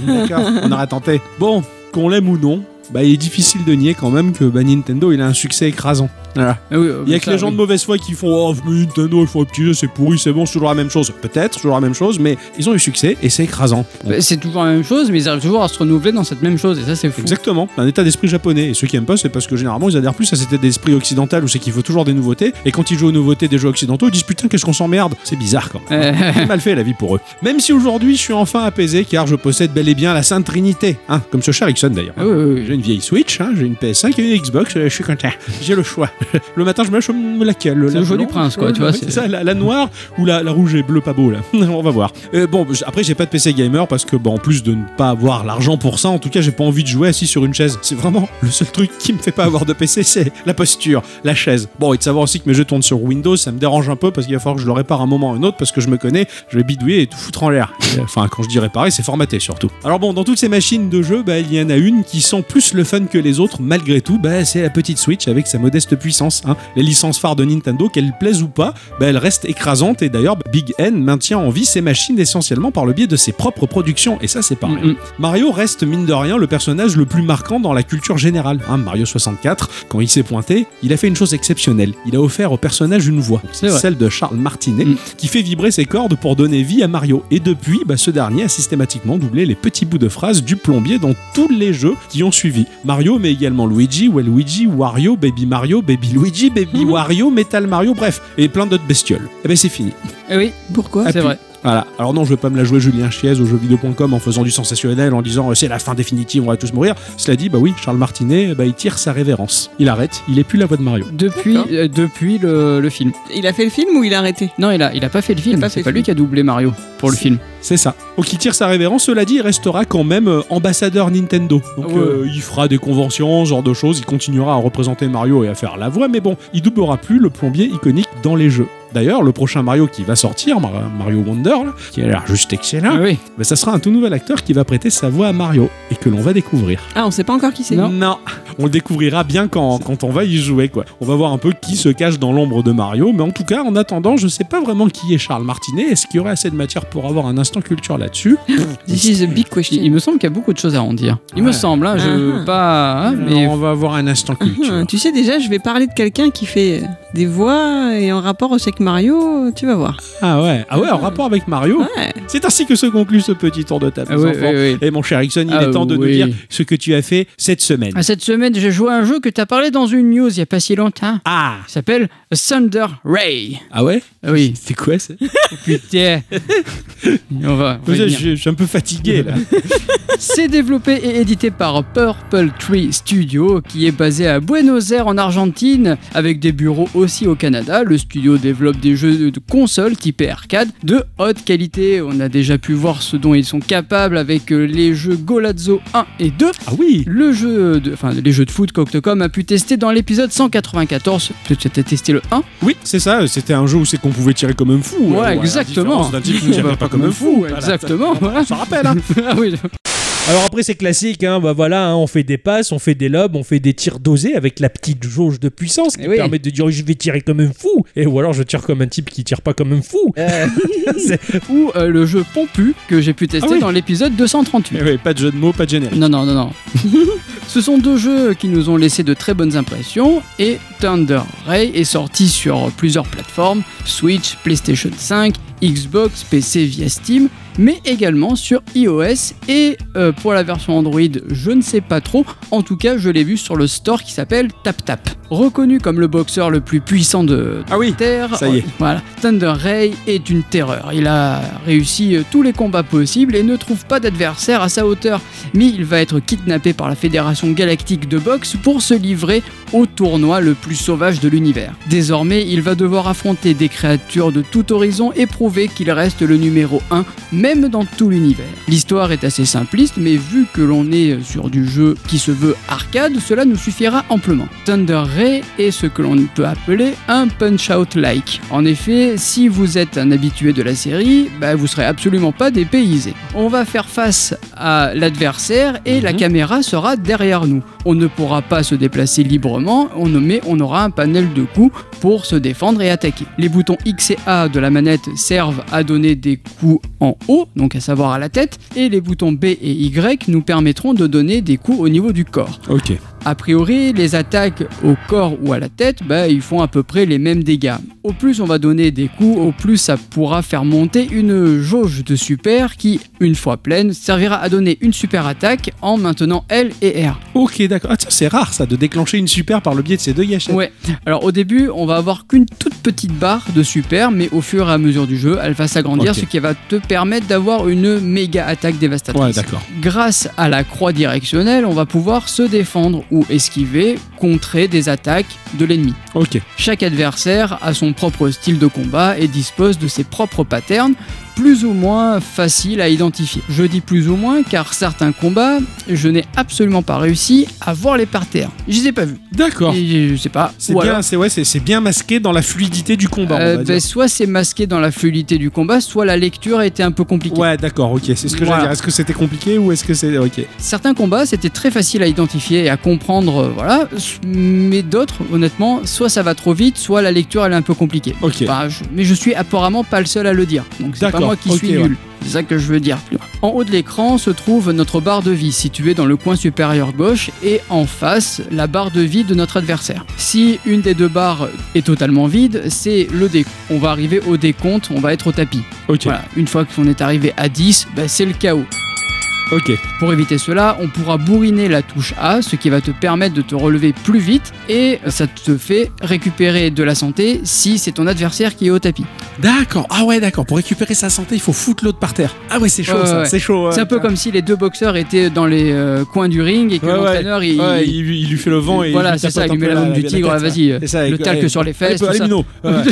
S1: D'accord. On aura tenté. Bon, qu'on l'aime ou non. Bah, il est difficile de nier quand même que bah, Nintendo il a un succès écrasant. Voilà.
S2: Ah oui, euh,
S1: Il y a
S2: mais
S1: que
S2: ça,
S1: les gens
S2: oui.
S1: de mauvaise foi qui font Oh, mais Nintendo, il faut un petit jeu, c'est pourri, c'est bon, c'est toujours la même chose. Peut-être, c'est toujours la même chose, mais ils ont eu succès et c'est écrasant. Donc,
S2: Bah, C'est toujours la même chose, mais ils arrivent toujours à se renouveler dans cette même chose, et ça c'est fou.
S1: Exactement, un état d'esprit japonais. Et ceux qui aiment pas, c'est parce que généralement ils adhèrent plus à cet état d'esprit occidental où c'est qu'il faut toujours des nouveautés. Et quand ils jouent aux nouveautés des jeux occidentaux, ils disent putain, qu'est-ce qu'on s'emmerde C'est bizarre quand même.
S2: Euh,
S1: C'est mal fait la vie pour eux. Même si aujourd'hui je suis enfin apaisé car je possède bel et bien la Sainte Trinité, hein, comme ce cher Ixon d'ailleurs.
S2: ah oui, oui, oui.
S1: J'ai une vieille Switch, hein, j'ai une PS5 et une Xbox, euh, je suis content. J'ai le choix. Le matin, je me lâche hum, laquelle
S2: C'est
S1: la
S2: le choix du
S1: blanche,
S2: prince, quoi,
S1: euh,
S2: tu vois,
S1: ouais, C'est
S2: c'est-
S1: ça, la, la noire ou la, la rouge et bleu pas beau, là. On va voir. Euh, bon, j- après, j'ai pas de PC gamer parce que, bah, en plus de ne pas avoir l'argent pour ça, en tout cas, j'ai pas envie de jouer assis sur une chaise. C'est vraiment le seul truc qui me fait pas avoir de PC, c'est la posture, la chaise. Bon, et de savoir aussi que mes jeux tournent sur Windows, ça me dérange un peu parce qu'il va falloir que je le répare un moment ou un autre parce que je me connais, je vais bidouiller et tout foutre en l'air. Et, euh, Enfin, quand je dis réparer, c'est formaté surtout. Alors bon, dans toutes ces machines de jeu, bah, il y en a une qui sent plus le fun que les autres, malgré tout, bah, c'est la petite Switch avec sa modeste puissance. hein. Les licences phares de Nintendo, qu'elles plaisent ou pas, bah, elles restent écrasantes et d'ailleurs, bah, Big N maintient en vie ces machines essentiellement par le biais de ses propres productions, et ça c'est pas rien.
S2: Mm, mm.
S1: Mario reste mine de rien le personnage le plus marquant dans la culture générale. Hein, Mario 64, quand il s'est pointé, il a fait une chose exceptionnelle. Il a offert au personnage une voix,
S2: C'est vrai.
S1: celle de Charles Martinet,
S2: Mm.
S1: qui fait vibrer ses cordes pour donner vie à Mario. Et depuis, bah, ce dernier a systématiquement doublé les petits bouts de phrases du plombier dans tous les jeux qui ont suivi. Mario, mais également Luigi, Waluigi, Wario, Baby Mario, Baby Luigi, Baby Wario, Metal Mario, bref, et plein d'autres bestioles. Et ben c'est fini.
S2: Eh oui,
S3: Pourquoi
S2: c'est vrai.
S1: Voilà. Alors non, je veux pas me la jouer Julien Chiez au jeuxvideo.com en faisant du sensationnel, en disant euh, c'est la fin définitive, on va tous mourir. Cela dit, bah oui, Charles Martinet, bah, il tire sa révérence. Il arrête, il est plus la voix de Mario.
S2: Depuis,
S3: D'accord.
S2: euh, depuis le, le film.
S3: Il a fait le film ou il a arrêté
S2: Non, il a, il a pas fait le film.
S3: pas fait
S2: C'est
S3: le
S2: pas lui
S3: film.
S2: qui a doublé Mario pour le film.
S1: C'est ça. Donc il tire sa révérence, cela dit, il restera quand même euh, ambassadeur Nintendo. Donc
S2: Ouais.
S1: euh, il fera des conventions, ce genre de choses, il continuera à représenter Mario et à faire la voix, mais bon, il doublera plus le plombier iconique dans les jeux. D'ailleurs, le prochain Mario qui va sortir, Mar- Mario Wonder, là, qui a l'air juste excellent,
S2: Ah oui.
S1: bah, ça sera un tout nouvel acteur qui va prêter sa voix à Mario et que l'on va découvrir.
S3: Ah, on sait pas encore qui c'est.
S2: Non.
S1: On le découvrira bien quand, quand on va y jouer, quoi. On va voir un peu qui se cache dans l'ombre de Mario, mais en tout cas, en attendant, je sais pas vraiment qui est Charles Martinet. Est-ce qu'il y aurait assez de matière pour avoir un instant culture là-dessus
S3: This is a big
S2: Il,
S3: question.
S2: il me semble qu'il y a beaucoup de choses à en dire. Il me
S1: Ouais.
S2: semble, hein, je
S3: Ah, ah.
S2: pas. hein,
S1: Alors,
S2: mais
S1: On va avoir un instant
S3: Hum,
S1: culture.
S3: tu sais déjà, je vais parler de quelqu'un qui fait euh, des voix et en rapport aussi avec Mario, tu vas voir.
S1: Ah ouais, ah ouais, en rapport avec Mario.
S3: Ouais.
S1: C'est ainsi que se conclut ce petit tour de table,
S2: Ah
S1: mes
S2: oui,
S1: enfants.
S2: oui, oui.
S1: Et mon cher Ixon, il
S2: Ah
S1: est temps de
S2: oui.
S1: nous dire ce que tu as fait cette semaine.
S2: Ah, Cette semaine, j'ai joué à un jeu que tu as parlé dans une news il n'y a pas si longtemps.
S1: Ah
S2: Il s'appelle Thunder Ray.
S1: Ah ouais
S2: Ah Oui,
S1: C'est quoi ça
S2: putain. On va. on va y
S1: je,
S2: venir.
S1: je- je suis un peu fatigué là.
S2: C'est développé et édité par Purple Tree Studio, qui est basé à Buenos Aires en Argentine, avec des bureaux aussi au Canada. Le studio développe des jeux de consoles typés arcade de haute qualité. On a déjà pu voir ce dont ils sont capables avec euh, les jeux Golazzo 1 et 2.
S1: Ah oui
S2: Le jeu de, enfin, les jeux de foot qu'Octocom a pu tester dans l'épisode 194. Peut-être testé le 1.
S1: Oui, c'est ça, c'était un jeu où c'est qu'on pouvait tirer comme un fou.
S2: Ouais,
S1: Alors, à la
S2: exactement. Bah,
S1: différence D'un type qui ne tirait pas comme un fou. Voilà,
S2: exactement.
S1: ça- On s'en rappelle, hein.
S2: ah oui,
S5: Alors après c'est classique, hein, bah voilà, hein, on fait des passes, on fait des lobes, on fait des tirs dosés avec la petite jauge de puissance qui
S2: Eh oui.
S5: permet de dire je vais tirer comme un fou, et ou alors je tire comme un type qui tire pas comme un fou.
S2: Eh.
S5: C'est-
S2: ou euh, le jeu Pompu que j'ai pu tester
S5: Ah oui.
S2: dans l'épisode 238.
S1: Eh oui, pas de jeu de mots, pas de générique.
S2: Non, non, non, non. Ce sont deux jeux qui nous ont laissé de très bonnes impressions et Thunder Ray est sorti sur plusieurs plateformes Switch, PlayStation 5, Xbox, PC via Steam, mais également sur iOS et euh, pour la version Android, je ne sais pas trop. En tout cas, je l'ai vu sur le store qui s'appelle TapTap. Reconnu comme le boxeur le plus puissant de,
S1: Ah oui
S2: terre.
S1: Ça y est.
S2: Voilà. Thunder Ray est une terreur. Il a réussi euh, tous les combats possibles et ne trouve pas d'adversaire à sa hauteur. Mais il va être kidnappé par la Fédération Galactique de Boxe pour se livrer au tournoi le plus sauvage de l'univers. Désormais, il va devoir affronter des créatures de tout horizon et prouver qu'il reste le numéro 1 même dans tout l'univers. L'histoire est assez simpliste, mais vu que l'on est sur du jeu qui se veut arcade, cela nous suffira amplement. Thunder Ray est ce que l'on peut appeler un punch-out-like. En effet, si vous êtes un habitué de la série, bah, vous serez absolument pas dépaysé. On va faire face à l'adversaire et la caméra sera derrière nous. On ne pourra pas se déplacer librement, on, mais on aura un panel de coups pour se défendre et attaquer. Les boutons X et A de la manette servent à donner des coups en haut, donc à savoir à la tête, et les boutons B et Y nous permettront de donner des coups au niveau du corps.
S1: Ok.
S2: A priori, les attaques au corps ou à la tête, bah, ils font à peu près les mêmes dégâts. Au plus on va donner des coups, au plus ça pourra faire monter une jauge de super qui, une fois pleine, servira à donner une super attaque en maintenant L et R.
S1: Ok, d'accord. Ah, tiens, c'est rare ça, de déclencher une super par le biais de ces deux gâchettes.
S2: Ouais. Alors au début, on va avoir qu'une toute petite barre de super, mais au fur et à mesure du jeu, elle va s'agrandir,
S1: Ok.
S2: ce qui va te permettre d'avoir une méga attaque dévastatrice.
S1: Ouais, d'accord.
S2: Grâce à la croix directionnelle, on va pouvoir se défendre ou esquiver, contrer des attaques de l'ennemi.
S1: Ok.
S2: Chaque adversaire a son propre style de combat et dispose de ses propres patterns plus ou moins faciles à identifier. Je dis plus ou moins car certains combats, je n'ai absolument pas réussi à voir les patterns. Je les ai pas vus.
S1: D'accord.
S2: Et euh, je sais pas.
S1: C'est
S2: Ou alors-
S1: bien, c'est ouais, c'est c'est bien masqué dans la fluidité du combat. on
S2: euh,
S1: va
S2: ben,
S1: dire.
S2: soit c'est masqué dans la fluidité du combat, soit la lecture a été un peu compliquée.
S1: Ouais, d'accord, ok. C'est ce que
S2: Voilà.
S1: j'allais dire. Est-ce que c'était compliqué ou est-ce que c'est ok
S2: Certains combats, c'était très facile à identifier et à comprendre, euh, voilà. Mais d'autres, honnêtement, soit ça va trop vite, soit la lecture elle est un peu compliquée.
S1: Ok.
S2: Bah, je- mais je suis apparemment pas le seul à le dire. Donc c'est pas
S1: D'accord,
S2: moi qui
S1: ok,
S2: suis
S1: ouais.
S2: nul. C'est ça que je veux dire. En haut de l'écran se trouve notre barre de vie située dans le coin supérieur gauche et en face la barre de vie de notre adversaire. Si une des deux barres est totalement vide, c'est le dé. On va arriver au décompte, on va être au tapis.
S1: Ok.
S2: Voilà, une fois qu'on est arrivé à 10, bah, c'est le chaos.
S1: Ok.
S2: Pour éviter cela, on pourra bourriner la touche A, ce qui va te permettre de te relever plus vite et ça te fait récupérer de la santé si c'est ton adversaire qui est au tapis.
S1: D'accord. Ah ouais, d'accord. Pour récupérer sa santé, il faut foutre l'autre par terre. Ah ouais, c'est chaud
S2: Ouais,
S1: ça.
S2: ouais.
S1: C'est chaud. ouais.
S2: C'est un peu comme si les deux boxeurs étaient dans les euh, coins du ring et que
S1: Ouais, ouais.
S2: l'entraîneur il,
S1: Ouais, il, il lui fait le vent et
S2: voilà
S1: lui
S2: c'est
S1: tape
S2: ça,
S1: un
S2: il lui
S1: peu
S2: met la bombe du
S1: la
S2: tigre,
S1: tête,
S2: vas-y,
S1: ouais. C'est ça,
S2: le
S1: il-
S2: talc
S1: ouais.
S2: sur les
S1: Allez,
S2: fesses. tout
S1: allez,
S2: ça.
S1: Mino. Ouais, ouais.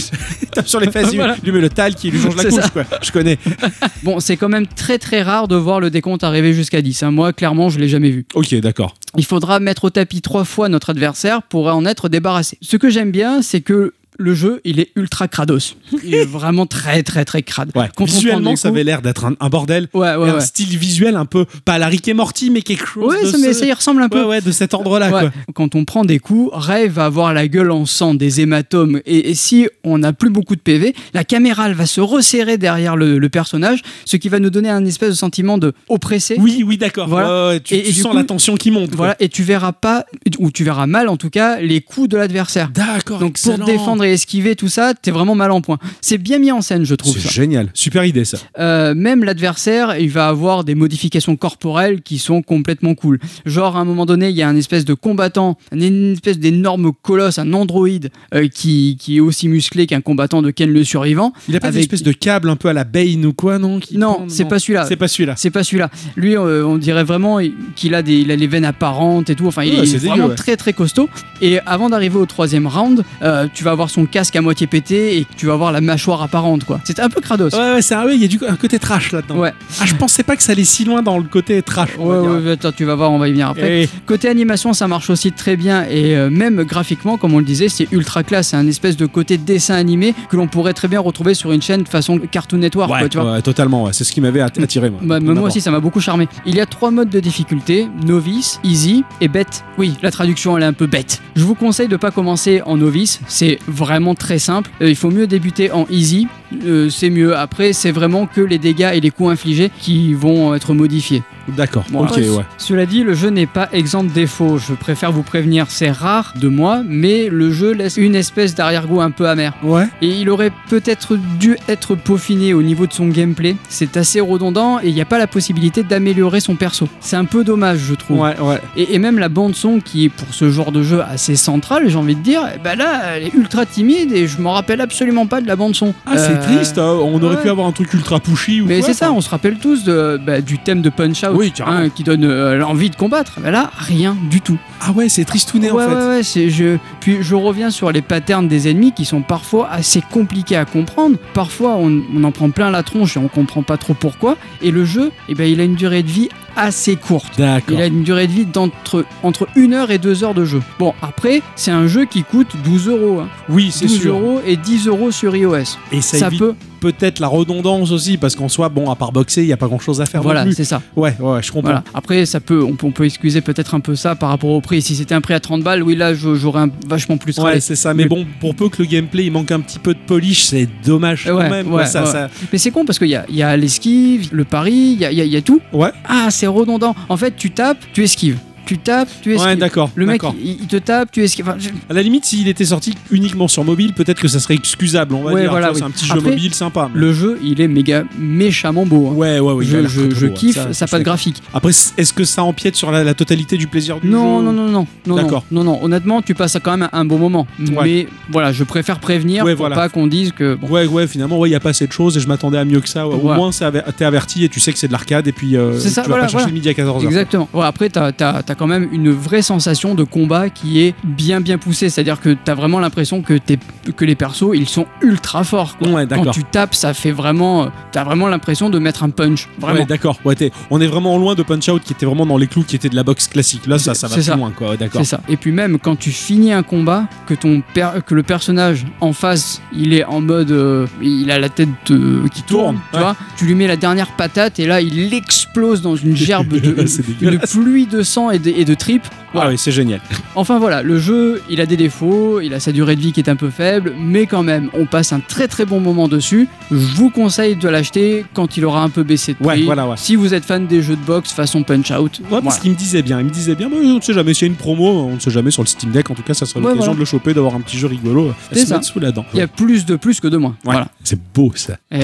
S1: Il tape sur les fesses, il lui-
S2: Voilà.
S1: il lui met le talc, il lui change la
S2: C'est
S1: couche.
S2: ça.
S1: Quoi. Je connais.
S2: Bon, c'est quand même très très rare de voir le décompte arriver jusqu'à 10. hein. Moi, clairement, je l'ai jamais vu.
S1: Ok, d'accord.
S2: Il faudra mettre au tapis trois fois notre adversaire pour en être débarrassé. Ce que j'aime bien, c'est que le jeu, il est ultra crados. Il est vraiment très très très crade.
S1: Ouais.
S2: Quand on prend
S1: Visuellement,
S2: des
S1: ça
S2: coups-
S1: avait l'air d'être un, un bordel.
S2: Ouais,
S1: Et
S2: ouais,
S1: Un
S2: ouais.
S1: style visuel un peu pas la Rick et Morty, mais quelque chose.
S2: Ouais,
S1: de
S2: ça, mais
S1: ce-
S2: ça y ressemble un peu.
S1: Ouais, ouais, de cet ordre-là.
S2: Ouais.
S1: Ah, quoi.
S2: Quand on prend des coups, Ray va avoir la gueule en sang, des hématomes. Et, et si on n'a plus beaucoup de PV, la caméra elle va se resserrer derrière le, le personnage, ce qui va nous donner un espèce de sentiment de oppressé.
S1: Oui, oui, d'accord.
S2: Voilà.
S1: Ouais, ouais, tu
S2: Et- et
S1: tu
S2: du
S1: sens
S2: coup-
S1: la tension qui monte. quoi.
S2: Voilà, et tu verras pas, ou tu verras mal en tout cas, les coups de l'adversaire.
S1: D'accord.
S2: Donc
S1: Oh, excellent.
S2: pour défendre et esquiver tout ça, t'es vraiment mal en point. C'est bien mis en scène, je trouve.
S1: C'est
S2: ça.
S1: génial. Super idée, ça.
S2: Euh, même l'adversaire, il va avoir des modifications corporelles qui sont complètement cool. Genre, à un moment donné, il y a un espèce de combattant, un- une espèce d'énorme colosse, un androïde euh, qui, qui est aussi musclé qu'un combattant de Ken le survivant.
S1: Il a pas
S2: Avec-
S1: une espèce de câble un peu à la Bane ou quoi, non qui
S2: Non,
S1: pend,
S2: c'est pas celui-là.
S1: C'est pas celui-là.
S2: C'est pas celui-là. Lui, euh, on dirait vraiment qu'il a, des, il a les veines apparentes et tout. Enfin, il
S1: Ouais,
S2: est,
S1: c'est dégueu,
S2: vraiment
S1: ouais.
S2: très très costaud. Et avant d'arriver au troisième round, euh, tu vas avoir son casque à moitié pété et tu vas avoir la mâchoire apparente, quoi. C'est un peu crados.
S1: Ouais, ouais, c'est un, ouais, il y a du, un côté trash là-dedans.
S2: Ouais.
S1: Ah, je pensais pas que ça allait si loin dans le côté trash. on
S2: Ouais,
S1: va dire.
S2: ouais, attends, tu vas voir, on va y venir après.
S1: Eh,
S2: Côté animation, ça marche aussi très bien et euh, même graphiquement, comme on le disait, c'est ultra classe. C'est un espèce de côté dessin animé que l'on pourrait très bien retrouver sur une chaîne façon Cartoon Network,
S1: ouais,
S2: quoi, tu vois.
S1: ouais, totalement, ouais. c'est ce qui m'avait att- attiré. Moi,
S2: Bah,
S1: Tout
S2: moi
S1: d'abord.
S2: aussi, ça m'a beaucoup charmé. Il y a trois modes de difficulté novice, easy et bête. Oui, la traduction elle est un peu bête. Je vous conseille de pas commencer en novice. C'est vraiment très simple. Euh, il faut mieux débuter en easy. Euh, c'est mieux. Après, c'est vraiment que les dégâts et les coups infligés qui vont être modifiés.
S1: D'accord,
S2: Bon,
S1: ok,
S2: après,
S1: ouais.
S2: Cela dit, le jeu n'est pas exempt de défauts. Je préfère vous prévenir, c'est rare de moi, mais le jeu laisse une espèce d'arrière-goût un peu amer.
S1: Ouais,
S2: Et il aurait peut-être dû être peaufiné au niveau de son gameplay. C'est assez redondant et il n'y a pas la possibilité d'améliorer son perso. C'est un peu dommage, je trouve.
S1: ouais, ouais.
S2: Et, et même la bande-son, qui est pour ce genre de jeu assez centrale, j'ai envie de dire, eh ben là, elle est ultra timide et je m'en rappelle absolument pas de la bande-son.
S1: Ah, c'est
S2: Euh,
S1: triste, hein, on aurait
S2: ouais.
S1: pu avoir un truc ultra pushy ou
S2: mais
S1: quoi,
S2: c'est ça, on se rappelle tous de, bah, du thème de Punch Out,
S1: Oui, carrément.
S2: qui donne euh, l'envie de combattre. Mais là, rien du tout.
S1: Ah ouais, c'est tristouné
S2: ouais,
S1: en fait.
S2: ouais, ouais, c'est- je... Puis je reviens sur les patterns des ennemis qui sont parfois assez compliqués à comprendre. Parfois, on, on en prend plein la tronche et on comprend pas trop pourquoi. Et le jeu, eh ben, il a une durée de vie assez courte.
S1: D'accord.
S2: Il a une durée de vie d'entre entre 1 heure et 2 heures de jeu. Bon, après, c'est un jeu qui coûte 12 euros. hein.
S1: Oui, c'est
S2: 12
S1: sûr.
S2: euros et 10 euros sur iOS.
S1: Et ça, évite
S2: peut.
S1: peut-être la redondance aussi, parce qu'en soi, bon, à part boxer, il n'y a pas grand-chose à faire
S2: Voilà,
S1: non plus.
S2: c'est ça.
S1: Ouais, ouais, ouais, je comprends.
S2: Voilà. Après, ça peut, on, peut- on peut excuser peut-être un peu ça par rapport au prix. Si c'était un prix à 30 balles, oui, là, je- j'aurais un- vachement plus râlé.
S1: Ouais, c'est ça. Mais,
S2: Mais-
S1: bon, pour peu que le gameplay il manque un petit peu de polish, c'est dommage quand
S2: Ouais,
S1: même.
S2: ouais,
S1: quoi, ça,
S2: ouais.
S1: ça-
S2: Mais c'est con parce qu'il y a, il y a l'esquive, le pari, il y a, il y a- il y a tout.
S1: Ouais.
S2: Ah, c'est redondant. En fait, tu tapes, tu esquives. Tu tapes, tu esquives.
S1: Ouais, d'accord.
S2: le mec,
S1: d'accord.
S2: il, il te tape, tu esquives. Enfin, je-
S1: À la limite, s'il était sorti uniquement sur mobile, peut-être que ça serait excusable. On va
S2: Ouais,
S1: dire.
S2: voilà,
S1: Tu
S2: oui.
S1: vois, C'est un petit jeu
S2: Après,
S1: mobile sympa. mais-
S2: Le jeu, il est méga méchamment beau. hein.
S1: Ouais, ouais, ouais. il a
S2: je
S1: l'air
S2: je-
S1: très, très
S2: je
S1: beau, ouais.
S2: kiffe,
S1: Ça,
S2: hein. ça,
S1: je
S2: pas de
S1: suis
S2: graphique.
S1: Après, c- est-ce que ça empiète sur la, la totalité du plaisir du
S2: Non,
S1: jeu
S2: non, non, non, non, non.
S1: D'accord.
S2: Non, non. Honnêtement, tu passes quand même un bon moment.
S1: Ouais.
S2: Mais voilà, je préfère prévenir
S1: Ouais,
S2: pour
S1: voilà.
S2: pas qu'on dise que. bon,
S1: Ouais, ouais, finalement, ouais, il n'y a pas assez de choses et je m'attendais à mieux que ça. Ouais, Au
S2: Voilà.
S1: moins, c'est aver- t'es averti et tu sais que c'est de l'arcade et puis euh,
S2: C'est ça,
S1: tu vas
S2: voilà,
S1: pas chercher
S2: voilà.
S1: le midi à 14h.
S2: Exactement. Ouais, après, t'as as, quand même une vraie sensation de combat qui est bien bien poussée. C'est-à-dire que t'as vraiment l'impression que, t'es- que les persos, ils sont ultra forts. quoi.
S1: Ouais,
S2: Quand
S1: d'accord.
S2: tu tapes, ça fait vraiment. euh, T'as vraiment l'impression de mettre un punch. Vraiment.
S1: Ouais, d'accord. Ouais, t'es- on est vraiment loin de Punch Out qui était vraiment dans les clous, qui était de la boxe classique. Là, ça, ça va
S2: c'est
S1: plus
S2: ça.
S1: loin, quoi. Ouais, D'accord.
S2: c'est ça. Et puis même quand tu finis un combat, que ton per- que le personnage en face, il est en mode, euh, il a la tête euh, qui tourne,
S1: Tourne,
S2: tu
S1: ouais.
S2: vois, tu lui mets la dernière patate et là il explose dans une gerbe de
S1: C'est
S2: une
S1: dégueulasse.
S2: pluie de sang et de, et de tripes.
S1: Ah ouais, c'est génial.
S2: Enfin voilà, le jeu, il a des défauts, il a sa durée de vie qui est un peu faible, mais quand même, on passe un très très bon moment dessus. Je vous conseille de l'acheter quand il aura un peu baissé de
S1: Ouais,
S2: prix.
S1: voilà, ouais.
S2: Si vous êtes fan des jeux de boxe façon Punch Out,
S1: Ouais, parce qu'il me disait bien, il me disait bien, bah, on ne sait jamais, s'il y a une promo, on ne sait jamais sur le Steam Deck, en tout cas, ça serait
S2: Ouais,
S1: l'occasion
S2: voilà.
S1: de le choper, d'avoir un petit jeu rigolo.
S2: C'est
S1: Elle se
S2: ça.
S1: met sous la dent.
S2: il y a plus de plus que de moins.
S1: Ouais,
S2: Voilà. Eh,
S1: C'est beau ça.
S2: Et-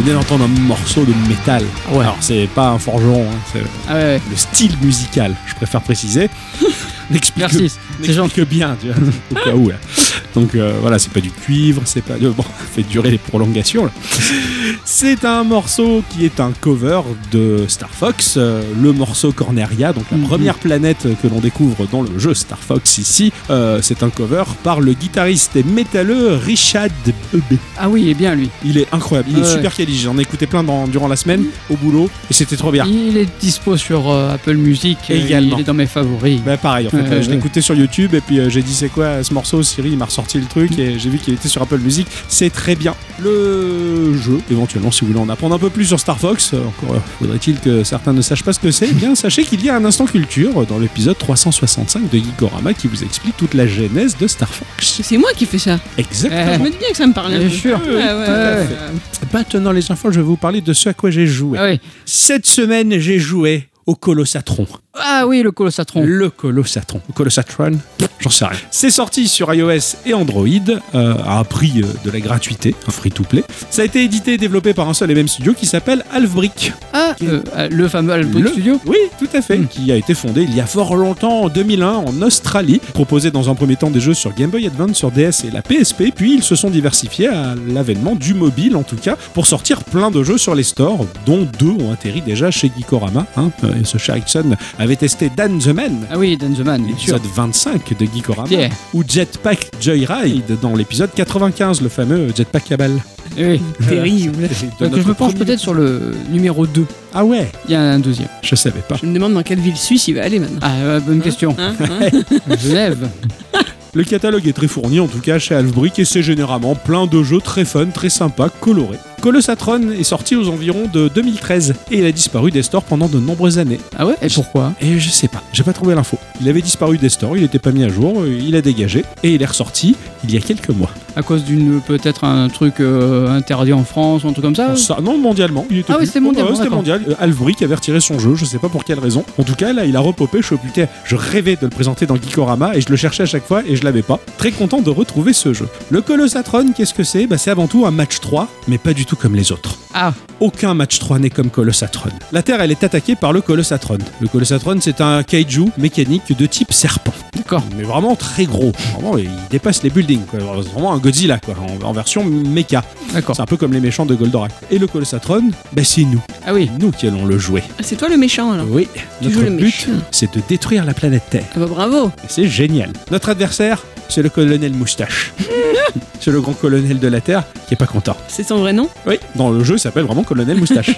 S1: venez d'entendre un morceau de métal.
S2: Ouais.
S1: Alors, c'est pas un forgeron, hein, c'est
S2: Ah ouais, ouais.
S1: le style musical, je préfère préciser. N'explique
S2: merci. C'est gentil.
S1: que bien, tu vois, au cas où. là. Donc euh, voilà, c'est pas du cuivre, c'est pas. euh, bon, fait durer les prolongations. là. C'est un morceau qui est un cover de Star Fox, euh, le morceau Corneria, donc la
S2: Mhm.
S1: première planète que l'on découvre dans le jeu Star Fox ici. Euh, c'est un cover par le guitariste et métalleux Richard Bebe.
S2: Ah oui, il est bien lui.
S1: Il est incroyable, il est
S2: Ouais.
S1: super quali. J'en ai écouté plein dans- durant la semaine au boulot et c'était trop bien.
S2: Il est dispo sur euh, Apple Music. euh,
S1: Également.
S2: Il est dans mes favoris.
S1: Bah pareil, en fait,
S2: Ouais,
S1: euh, je
S2: ouais.
S1: l'écoutais sur YouTube et puis euh, j'ai dit c'est quoi ce morceau, Siri, il m'a ressorti le truc et j'ai vu qu'il était sur Apple Music. C'est très bien. Le jeu, éventuellement, si vous voulez en apprendre un peu plus sur Star Fox, euh, encore euh, faudrait-il que certains ne sachent pas ce que c'est, eh bien sachez qu'il y a un instant culture euh, dans l'épisode 365 de Geekorama qui vous explique toute la genèse de Star Fox.
S3: C'est moi qui fais ça.
S2: Eh,
S1: Exactement.
S3: Je me dis bien que ça me parle un
S2: Bien
S3: peu.
S2: sûr.
S3: Ouais, ouais,
S2: tout à
S3: ouais.
S2: fait.
S1: Maintenant, les enfants, je vais vous parler de ce à quoi j'ai joué.
S2: Ah, oui.
S1: Cette semaine, j'ai joué au Colossatron.
S2: ah oui, le colossatron.
S1: Le Colossatron. Le Colossatron J'en sais rien. C'est sorti sur iOS et Android euh, à un prix euh, de la gratuité, un free-to-play. Ça a été édité et développé par un seul et même studio qui s'appelle Alfbrick.
S2: Ah, euh, ah, le fameux Alpine
S1: Le-
S2: Studio.
S1: Oui, tout à fait.
S2: Mm.
S1: Qui a été fondé il y a fort longtemps, en 2001, en Australie. Proposé dans un premier temps des jeux sur Game Boy Advance, sur DS et la PSP. Puis ils se sont diversifiés à l'avènement du mobile, en tout cas, pour sortir plein de jeux sur les stores, dont deux ont atterri déjà chez Geekorama. hein. Euh, et ce Sharikson avait testé Dan the Man,
S2: Ah oui, Dan the Man, bien sûr.
S1: l'épisode 25 de Geekorama,
S2: Yeah.
S1: ou Jetpack Joyride dans l'épisode 95, le fameux Jetpack Cabal.
S2: Eh oui.
S3: Terrible.
S1: De
S2: Donc, je me
S1: notre
S2: penche
S1: premier-
S2: peut-être sur le numéro 2.
S1: Ah ouais,
S2: Il y a un deuxième.
S1: je savais pas.
S3: Je me demande dans quelle ville suisse il va aller maintenant.
S2: Ah, euh, bonne question.
S3: Hein, hein
S2: Genève.
S1: Le catalogue est très fourni en tout cas chez Alfbrick et c'est généralement plein de jeux très fun, très sympas, colorés. Colossatron est sorti aux environs de 2013 et il a disparu des stores pendant de nombreuses années.
S2: Ah ouais Et pourquoi
S1: Et je sais pas, j'ai pas trouvé l'info. Il avait disparu des stores, il n'était pas mis à jour, euh, il a dégagé et il est ressorti il y a quelques mois.
S2: À cause d'une peut-être un truc euh, interdit en France ou un truc comme ça
S1: Ça- non, mondialement. Il était
S2: Euh, Ah oui,
S1: plus-
S2: c'était mondial,
S1: Ouais,
S2: bon,
S1: c'était
S2: d'accord.
S1: mondial. Euh, Alvoric avait retiré son jeu, je sais pas pour quelle raison. En tout cas, là, il a repopé. Je putain, je rêvais de le présenter dans Geekorama et je le cherchais à chaque fois et je l'avais pas. Très content de retrouver ce jeu. Le Colossatron, qu'est-ce que c'est Bah, c'est avant tout un match 3, mais pas du tout comme les autres.
S2: Ah,
S1: Aucun match 3 n'est comme Colossatron. La Terre, elle est attaquée par le Colossatron. Le Colossatron, c'est un kaiju mécanique de type serpent.
S2: d'accord.
S1: Mais vraiment très gros. Vraiment, il dépasse les buildings. quoi. C'est vraiment un Godzilla, quoi, en- en version méca.
S2: D'accord.
S1: C'est un peu comme les méchants de Goldorak. Et le Colossatron, bah c'est nous.
S2: Ah oui.
S1: Nous qui allons le jouer.
S3: Ah, C'est toi le méchant alors.
S1: Oui,
S3: Tu
S1: notre
S3: joues le
S1: but,
S3: méchant.
S1: c'est de détruire la planète Terre.
S3: Ah bah bravo.
S1: Et C'est génial. Notre adversaire, c'est le colonel Moustache. c'est le grand colonel de la Terre qui est pas content.
S3: C'est son vrai nom
S1: Oui, dans le jeu, il s'appelle vraiment colonel Moustache.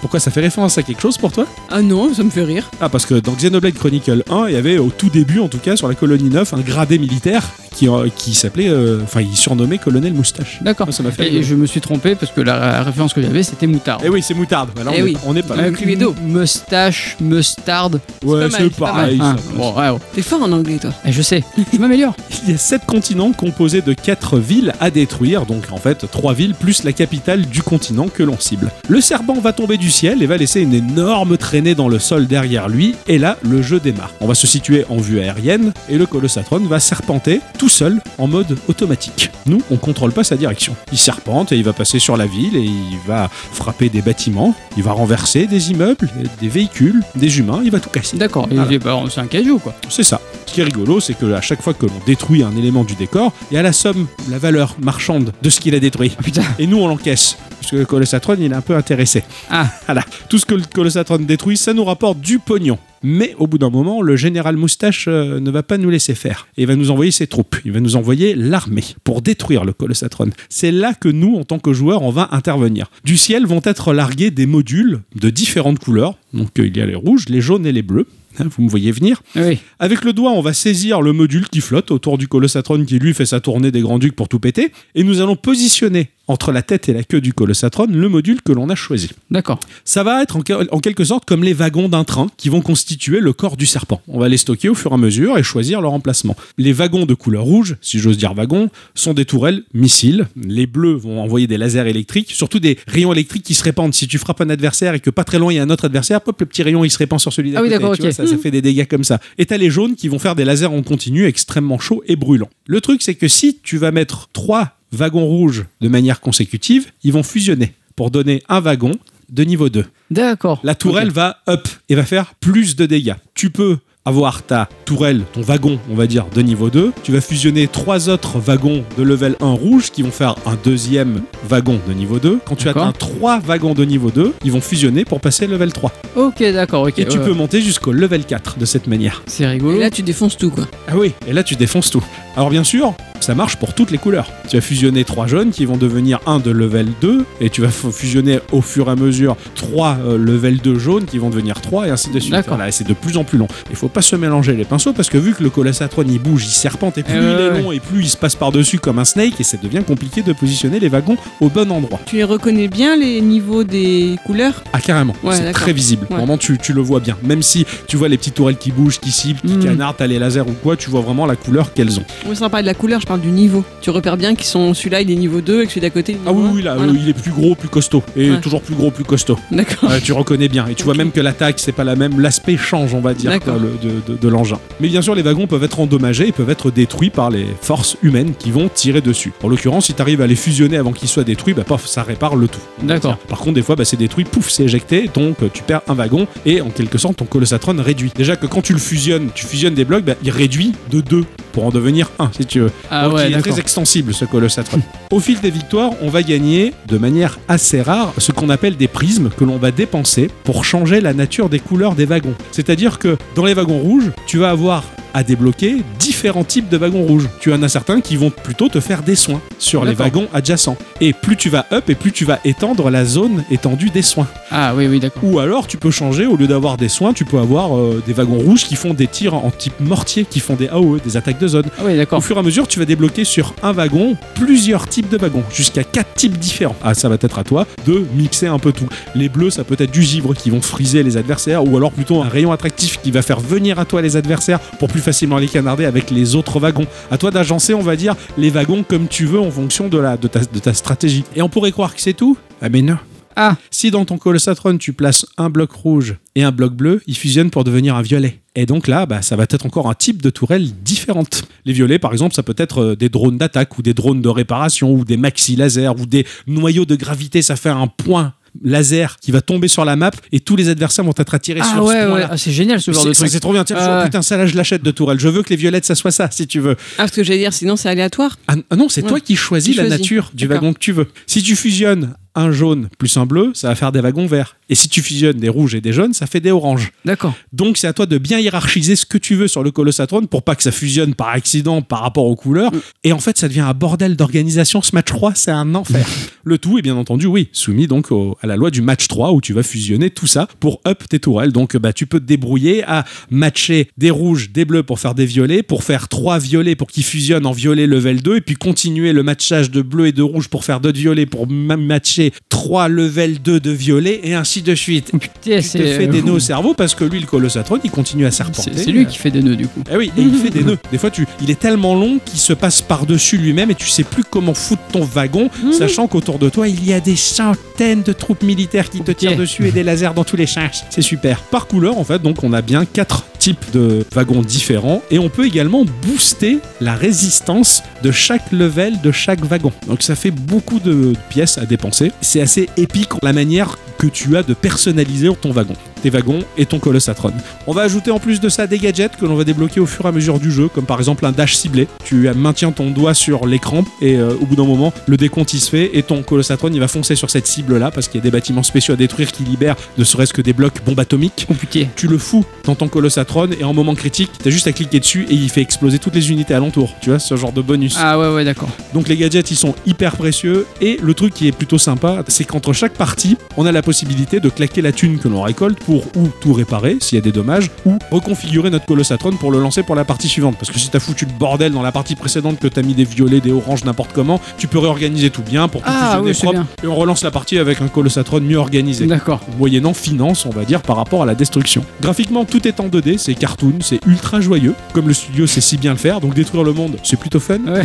S1: Pourquoi ça fait référence à quelque chose pour toi
S3: Ah non, ça me fait rire.
S1: Ah, parce que dans Xenoblade Chronicle 1, il y avait au tout début, en tout cas, sur la colonie 9, un gradé militaire qui, euh, qui s'appelait. euh, Enfin, il surnommait colonel Moustache.
S3: Ah.
S2: D'accord.
S1: Ça m'a fait
S2: Et
S1: rigoler.
S2: je me suis trompé parce que la, la référence que j'avais c'était moutarde.
S1: Eh oui, c'est moutarde. Voilà, on
S3: Eh
S1: est-
S3: oui.
S1: on n'est pas là.
S3: Ouais, Cluedo.
S2: Moustache, mustarde.
S1: Ouais,
S3: mal,
S1: c'est
S3: c'est pas
S1: pareil.
S2: Ah,
S1: ça.
S2: bon, ouais, ouais.
S3: T'es fort en anglais toi.
S2: Eh, Je sais. Je m'améliore.
S1: Il y a sept continents composés de quatre villes à détruire, donc en fait trois villes plus la capitale du continent que l'on cible. Le serpent va tomber du ciel et va laisser une énorme traînée dans le sol derrière lui, et là le jeu démarre. On va se situer en vue aérienne et le colossatron va serpenter tout seul en mode automatique. Nous, on contrôle pas sa direction. Il serpente et il va passer sur la ville et il va frapper des bâtiments, il va renverser des immeubles, des véhicules, des humains, il va tout casser.
S2: D'accord. Et
S1: Voilà.
S2: j'ai- bah, C'est un cajou quoi.
S1: C'est ça. Ce qui est rigolo, c'est que à chaque fois que l'on détruit un élément du décor, il y a la somme, la valeur marchande de ce qu'il a détruit.
S2: Ah putain.
S1: Et nous, on l'encaisse. Parce que le Colossatron, il est un peu intéressé.
S2: Ah.
S1: Voilà. Tout ce que le Colossatron détruit, ça nous rapporte du pognon. Mais au bout d'un moment, le général Moustache euh, ne va pas nous laisser faire. Et il va nous envoyer ses troupes. Il va nous envoyer l'armée pour détruire le Colossatron. C'est là que nous, en tant que joueurs, on va intervenir. Du ciel vont être largués des modules de différentes couleurs. Donc euh, il y a les rouges, les jaunes et les bleus. Hein, vous me voyez venir.
S2: Oui.
S1: Avec le doigt, on va saisir le module qui flotte autour du Colossatron qui lui fait sa tournée des Grands Ducs pour tout péter, et nous allons positionner entre la tête et la queue du Colossatron le module que l'on a choisi.
S2: D'accord.
S1: Ça va être en, quel- en quelque sorte comme les wagons d'un train qui vont constituer le corps du serpent. On va les stocker au fur et à mesure et choisir leur emplacement. Les wagons de couleur rouge, si j'ose dire wagons, sont des tourelles missiles. Les bleus vont envoyer des lasers électriques, surtout des rayons électriques qui se répandent. Si tu frappes un adversaire et que pas très loin il y a un autre adversaire, hop, le petit rayon il se répand sur celui d'à
S2: Ah oui,
S1: côté,
S2: d'accord,
S1: tu vois,
S2: ok.
S1: ça, ça fait des dégâts comme ça. Et t'as les jaunes qui vont faire des lasers en continu extrêmement chauds et brûlants. Le truc, c'est que si tu vas mettre trois wagons rouges de manière consécutive, ils vont fusionner. pour donner un wagon de niveau 2.
S2: D'accord.
S1: La tourelle
S2: Ok.
S1: va up et va faire plus de dégâts. Tu peux avoir ta tourelle, ton wagon, on va dire, de niveau 2. Tu vas fusionner trois autres wagons de level 1 rouge qui vont faire un deuxième wagon de niveau 2. Quand tu
S2: D'accord.
S1: atteins trois wagons de niveau 2, ils vont fusionner pour passer level 3.
S2: Ok, d'accord, ok.
S1: Et tu
S2: ouais.
S1: peux monter jusqu'au level 4 de cette manière.
S2: C'est
S3: Et
S2: rigolo.
S3: là, tu défonces tout, quoi.
S1: Ah oui, et là tu défonces tout. Alors bien sûr, ça marche pour toutes les couleurs. Tu vas fusionner trois jeunes qui vont devenir un de level 2, et tu vas f- fusionner au fur et à mesure trois euh, level 2 jaunes qui vont devenir 3, et ainsi de suite.
S2: D'accord.
S1: Voilà, et c'est de plus en plus long. Il faut pas se mélanger les pinceaux, parce que vu que le colossatron il bouge, il serpente, et plus
S2: Eh
S1: il
S2: ouais,
S1: est
S2: ouais.
S1: long, et plus il se passe par-dessus comme un snake, et ça devient compliqué de positionner les wagons au bon endroit.
S3: Tu les reconnais bien, les niveaux des couleurs
S1: Ah carrément,
S3: Ouais,
S1: c'est
S3: d'accord.
S1: très visible.
S3: Ouais.
S1: Vraiment, tu, tu le vois bien. Même si tu vois les petites tourelles qui bougent, qui ciblent, qui
S2: Mm.
S1: canardent, t'as les lasers ou quoi, tu vois vraiment la couleur qu'elles ont.
S3: Moi, sans parler de la couleur, je parle du niveau. Tu repères bien qu'ils sont celui-là, il est niveau 2 et que celui d'à côté, il est
S1: Ah
S3: niveau
S1: oui,
S3: un.
S1: oui, là,
S3: Voilà.
S1: euh, il est plus gros, plus costaud. Et
S3: Ouais.
S1: toujours plus gros, plus costaud.
S3: D'accord.
S1: Euh, tu reconnais bien. Et tu vois
S3: Ok.
S1: même que l'attaque, c'est pas la même. L'aspect change, on va dire,
S3: D'accord.
S1: quoi, le- de, de- de l'engin. Mais bien sûr, les wagons peuvent être endommagés et peuvent être détruits par les forces humaines qui vont tirer dessus. En l'occurrence, si t'arrives à les fusionner avant qu'ils soient détruits, bah pof, ça répare le tout.
S2: D'accord.
S1: Par contre, des fois, bah, c'est détruit, pouf, c'est éjecté, donc euh, tu perds un wagon et en quelque sorte, ton colossatron réduit. Déjà que quand tu le fusionnes, tu fusionnes des blocs, bah, il réduit de 2 pour en devenir 1, si tu veux.
S2: Ah
S1: Donc,
S2: ouais,
S1: il est
S2: d'accord.
S1: très extensible ce colossatron. Au fil des victoires, on va gagner de manière assez rare ce qu'on appelle des prismes que l'on va dépenser pour changer la nature des couleurs des wagons. C'est-à-dire que dans les wagons rouges, tu vas avoir à débloquer différents types de wagons rouges. Tu en as certains qui vont plutôt te faire des soins sur les
S2: D'accord.
S1: wagons adjacents. Et plus tu vas up et plus tu vas étendre la zone étendue des soins.
S2: Ah oui, oui, d'accord.
S1: Ou alors tu peux changer, au lieu d'avoir des soins, tu peux avoir euh, des wagons rouges qui font des tirs en type mortier, qui font des AOE, des attaques de zone.
S2: Ah oui,
S1: Au
S2: d'accord.
S1: fur et à mesure, tu vas débloquer sur un wagon plusieurs types de wagons, jusqu'à quatre types différents. Ah, ça va être à toi de mixer un peu tout. Les bleus, ça peut être du givre qui vont friser les adversaires, ou alors plutôt un rayon attractif qui va faire venir à toi les adversaires pour plus facilement les canarder avec les autres wagons. À toi d'agencer, on va dire, les wagons comme tu veux en fonction de, la, de, ta, de ta stratégie. Et on pourrait croire que c'est tout Ah, mais non
S2: Ah.
S1: Si dans ton colossatron tu places un bloc rouge et un bloc bleu, ils fusionnent pour devenir un violet. Et donc là, bah, ça va être encore un type de tourelle différente. Les violets, par exemple, ça peut être euh, des drones d'attaque ou des drones de réparation ou des maxi lasers ou des noyaux de gravité. Ça fait un point laser qui va tomber sur la map et tous les adversaires vont être attirés
S2: Ah
S1: sur ce
S2: ouais,
S1: point-là.
S2: ouais. Ah, c'est génial ce genre
S1: C'est-
S2: de
S1: c'est
S2: truc.
S1: c'est trop bien. Tiens,
S2: Ah
S1: je-
S2: ouais.
S1: putain, ça là, je l'achète de tourelle. Je veux que les violettes, ça soit ça, si tu veux.
S3: Ah, ce que j'allais dire, sinon c'est aléatoire.
S1: Ah ah non, c'est
S3: Ouais.
S1: toi qui choisis
S3: Qui
S1: la
S3: choisis.
S1: nature du
S3: D'accord.
S1: wagon que tu veux. Si tu fusionnes un jaune plus un bleu, ça va faire des wagons verts. Et si tu fusionnes des rouges et des jaunes, ça fait des oranges.
S2: D'accord.
S1: Donc c'est à toi de bien hiérarchiser ce que tu veux sur le Colossatron pour pas que ça fusionne par accident par rapport aux couleurs. Et en fait, ça devient un bordel d'organisation. Ce match 3, c'est un enfer. le tout est bien entendu, oui, soumis donc au- à la loi du match 3 où tu vas fusionner tout ça pour up tes tourelles. Donc bah, tu peux te débrouiller à matcher des rouges, des bleus pour faire des violets, pour faire trois violets pour qu'ils fusionnent en violet level 2 et puis continuer le matchage de bleu et de rouge pour faire d'autres violets pour ma- matcher trois level 2 de violet et ainsi de suite.
S2: Oh, Putain,
S1: Tu te fais
S2: c'est. euh,
S1: des nœuds au cerveau parce que lui, le colossatron, il continue à serpenter.
S2: C'est c'est lui qui fait des nœuds du coup.
S1: Eh oui, et il fait des nœuds. Des fois, tu, il est tellement long qu'il se passe par-dessus lui-même et tu sais plus comment foutre ton wagon, sachant qu'autour de toi, il y a des centaines de troupes militaires qui te
S2: Ok.
S1: tirent dessus et des lasers dans tous les sens. C'est super. Par couleur, en fait, donc on a bien quatre types de wagons différents et on peut également booster la résistance de chaque level de chaque wagon. Donc ça fait beaucoup de pièces à dépenser. C'est assez épique la manière que tu as de personnaliser ton wagon, tes wagons et ton colossatron. On va ajouter en plus de ça des gadgets que l'on va débloquer au fur et à mesure du jeu, comme par exemple un dash ciblé. Tu maintiens ton doigt sur l'écran et euh, au bout d'un moment, le décompte il se fait et ton colossatron il va foncer sur cette cible là parce qu'il y a des bâtiments spéciaux à détruire qui libèrent ne serait-ce que des blocs bombes atomiques.
S2: Oh putain.
S1: Tu le fous dans ton colossatron et en moment critique, t'as juste à cliquer dessus et il fait exploser toutes les unités alentour. Tu vois, ce genre de bonus.
S2: Ah ouais, ouais, d'accord.
S1: Donc les gadgets, ils sont hyper précieux. Et le truc qui est plutôt sympa, c'est qu'entre chaque partie, on a la possibilité de claquer la thune que l'on récolte pour ou tout réparer s'il y a des dommages, ou reconfigurer notre colossatron pour le lancer pour la partie suivante. Parce que si t'as foutu le bordel dans la partie précédente que t'as mis des violets, des oranges, n'importe comment, tu peux réorganiser tout bien pour tout
S2: Ah
S1: fusionner
S2: oui, c'est
S1: propre.
S2: bien.
S1: Et on relance la partie avec un colossatron mieux organisé
S2: D'accord.
S1: moyennant finance, on va dire, par rapport à la destruction. Graphiquement, tout est en 2D, c'est cartoon, c'est ultra joyeux, comme le studio sait si bien le faire, donc détruire le monde, c'est plutôt fun.
S2: Ouais.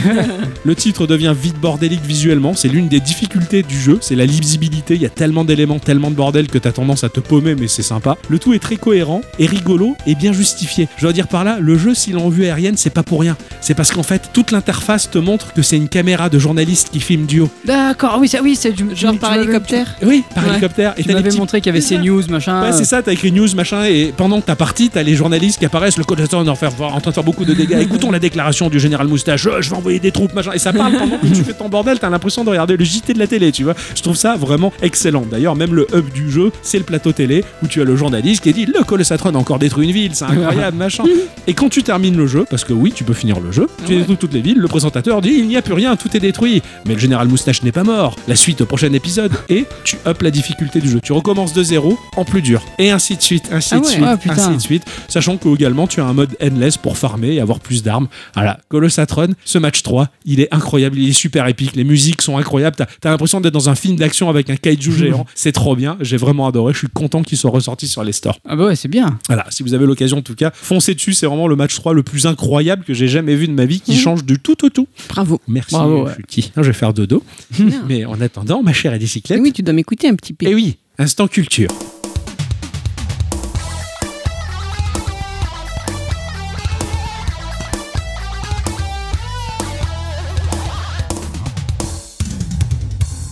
S1: le titre devient vite bordélique visuellement, c'est l'une des difficultés du jeu, c'est la lisibilité, il y a tellement d'éléments, tellement tellement de bordel que t'as tendance à te paumer, mais c'est sympa. Le tout est très cohérent et rigolo et bien justifié. Je dois dire par là, le jeu, s'il est en vue aérienne, c'est pas pour rien. C'est parce qu'en fait, toute l'interface te montre que c'est une caméra de journaliste qui filme du haut.
S2: D'accord, oui, ça, oui, c'est du
S3: Genre
S2: tu
S3: par
S2: m'avais-
S3: hélicoptère
S1: Oui, par
S3: Ouais.
S1: hélicoptère. Et
S2: Tu
S1: t'as les
S2: m'avais
S1: petits-
S2: montré qu'il y avait
S1: C'est ça.
S2: CNews, machin.
S1: Ouais, c'est ça, t'as écrit news, machin, et pendant que t'as parti, t'as les journalistes qui apparaissent, le coach Hassan est en, faire- en train de faire beaucoup de dégâts. Écoutons la déclaration du général Moustache, Euh, je vais envoyer des troupes, machin, et ça parle pendant que tu fais ton bordel, t'as l'impression de regarder le JT de la télé, tu vois. Je trouve ça vraiment excellent. D'ailleurs, même le hub du jeu, c'est le plateau télé où tu as le journaliste qui dit Le Colossatron a encore détruit une ville, c'est incroyable, machin. Et quand tu termines le jeu, parce que oui, tu peux finir le jeu, tu détruis toutes les villes, le présentateur dit il n'y a plus rien, tout est détruit. Mais le général Moustache n'est pas mort. La suite au prochain épisode. Et tu up la difficulté du jeu. Tu recommences de zéro en plus dur. Et ainsi de suite, ainsi
S3: Ah
S1: de
S3: ouais.
S1: suite,
S2: Ah, putain.
S1: ainsi de suite. Sachant que également tu as un mode endless pour farmer et avoir plus d'armes. Voilà, Colossatron, ce match 3, il est incroyable, il est super épique. Les musiques sont incroyables. T'as as, l'impression d'être dans un film d'action avec un kaiju géant. C'est trop bien. J'ai vraiment adoré. Je suis content qu'il soit ressorti sur les stores.
S2: Ah bah ouais, c'est bien.
S1: Voilà, si vous avez l'occasion en tout cas, foncez dessus, c'est vraiment le match 3 le plus incroyable que j'ai jamais vu de ma vie qui
S3: Mhm.
S1: change du tout au tout.
S3: Bravo.
S1: Merci,
S2: Mmh. Bravo, ouais.
S1: je suis petit. Non, je vais faire dodo. Mais en attendant, ma chère
S3: Eh
S1: bicyclette,
S3: oui, tu dois m'écouter un petit peu.
S1: et oui, instant culture.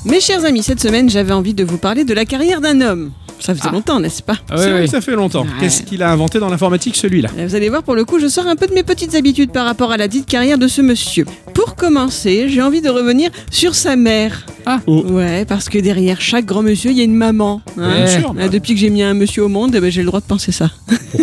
S3: Mes chers amis, cette semaine, j'avais envie de vous parler de la carrière d'un homme. Ça faisait
S2: Ah.
S3: longtemps, n'est-ce pas
S2: Ah
S1: c'est
S2: ouais,
S1: vrai
S2: ouais.
S1: que ça fait longtemps.
S3: Ouais.
S1: Qu'est-ce qu'il a inventé dans l'informatique celui-là
S3: Là, Euh, Vous allez voir, pour le coup, je sors un peu de mes petites habitudes par rapport à la dite carrière de ce monsieur. Pour commencer, j'ai envie de revenir sur sa mère.
S2: Ah.
S1: Oh.
S3: Ouais, parce que derrière chaque grand monsieur, il y a une maman. hein.
S2: Ouais.
S1: sûr,
S3: Ah, depuis que j'ai mis un monsieur au monde, eh ben, j'ai le droit de penser ça.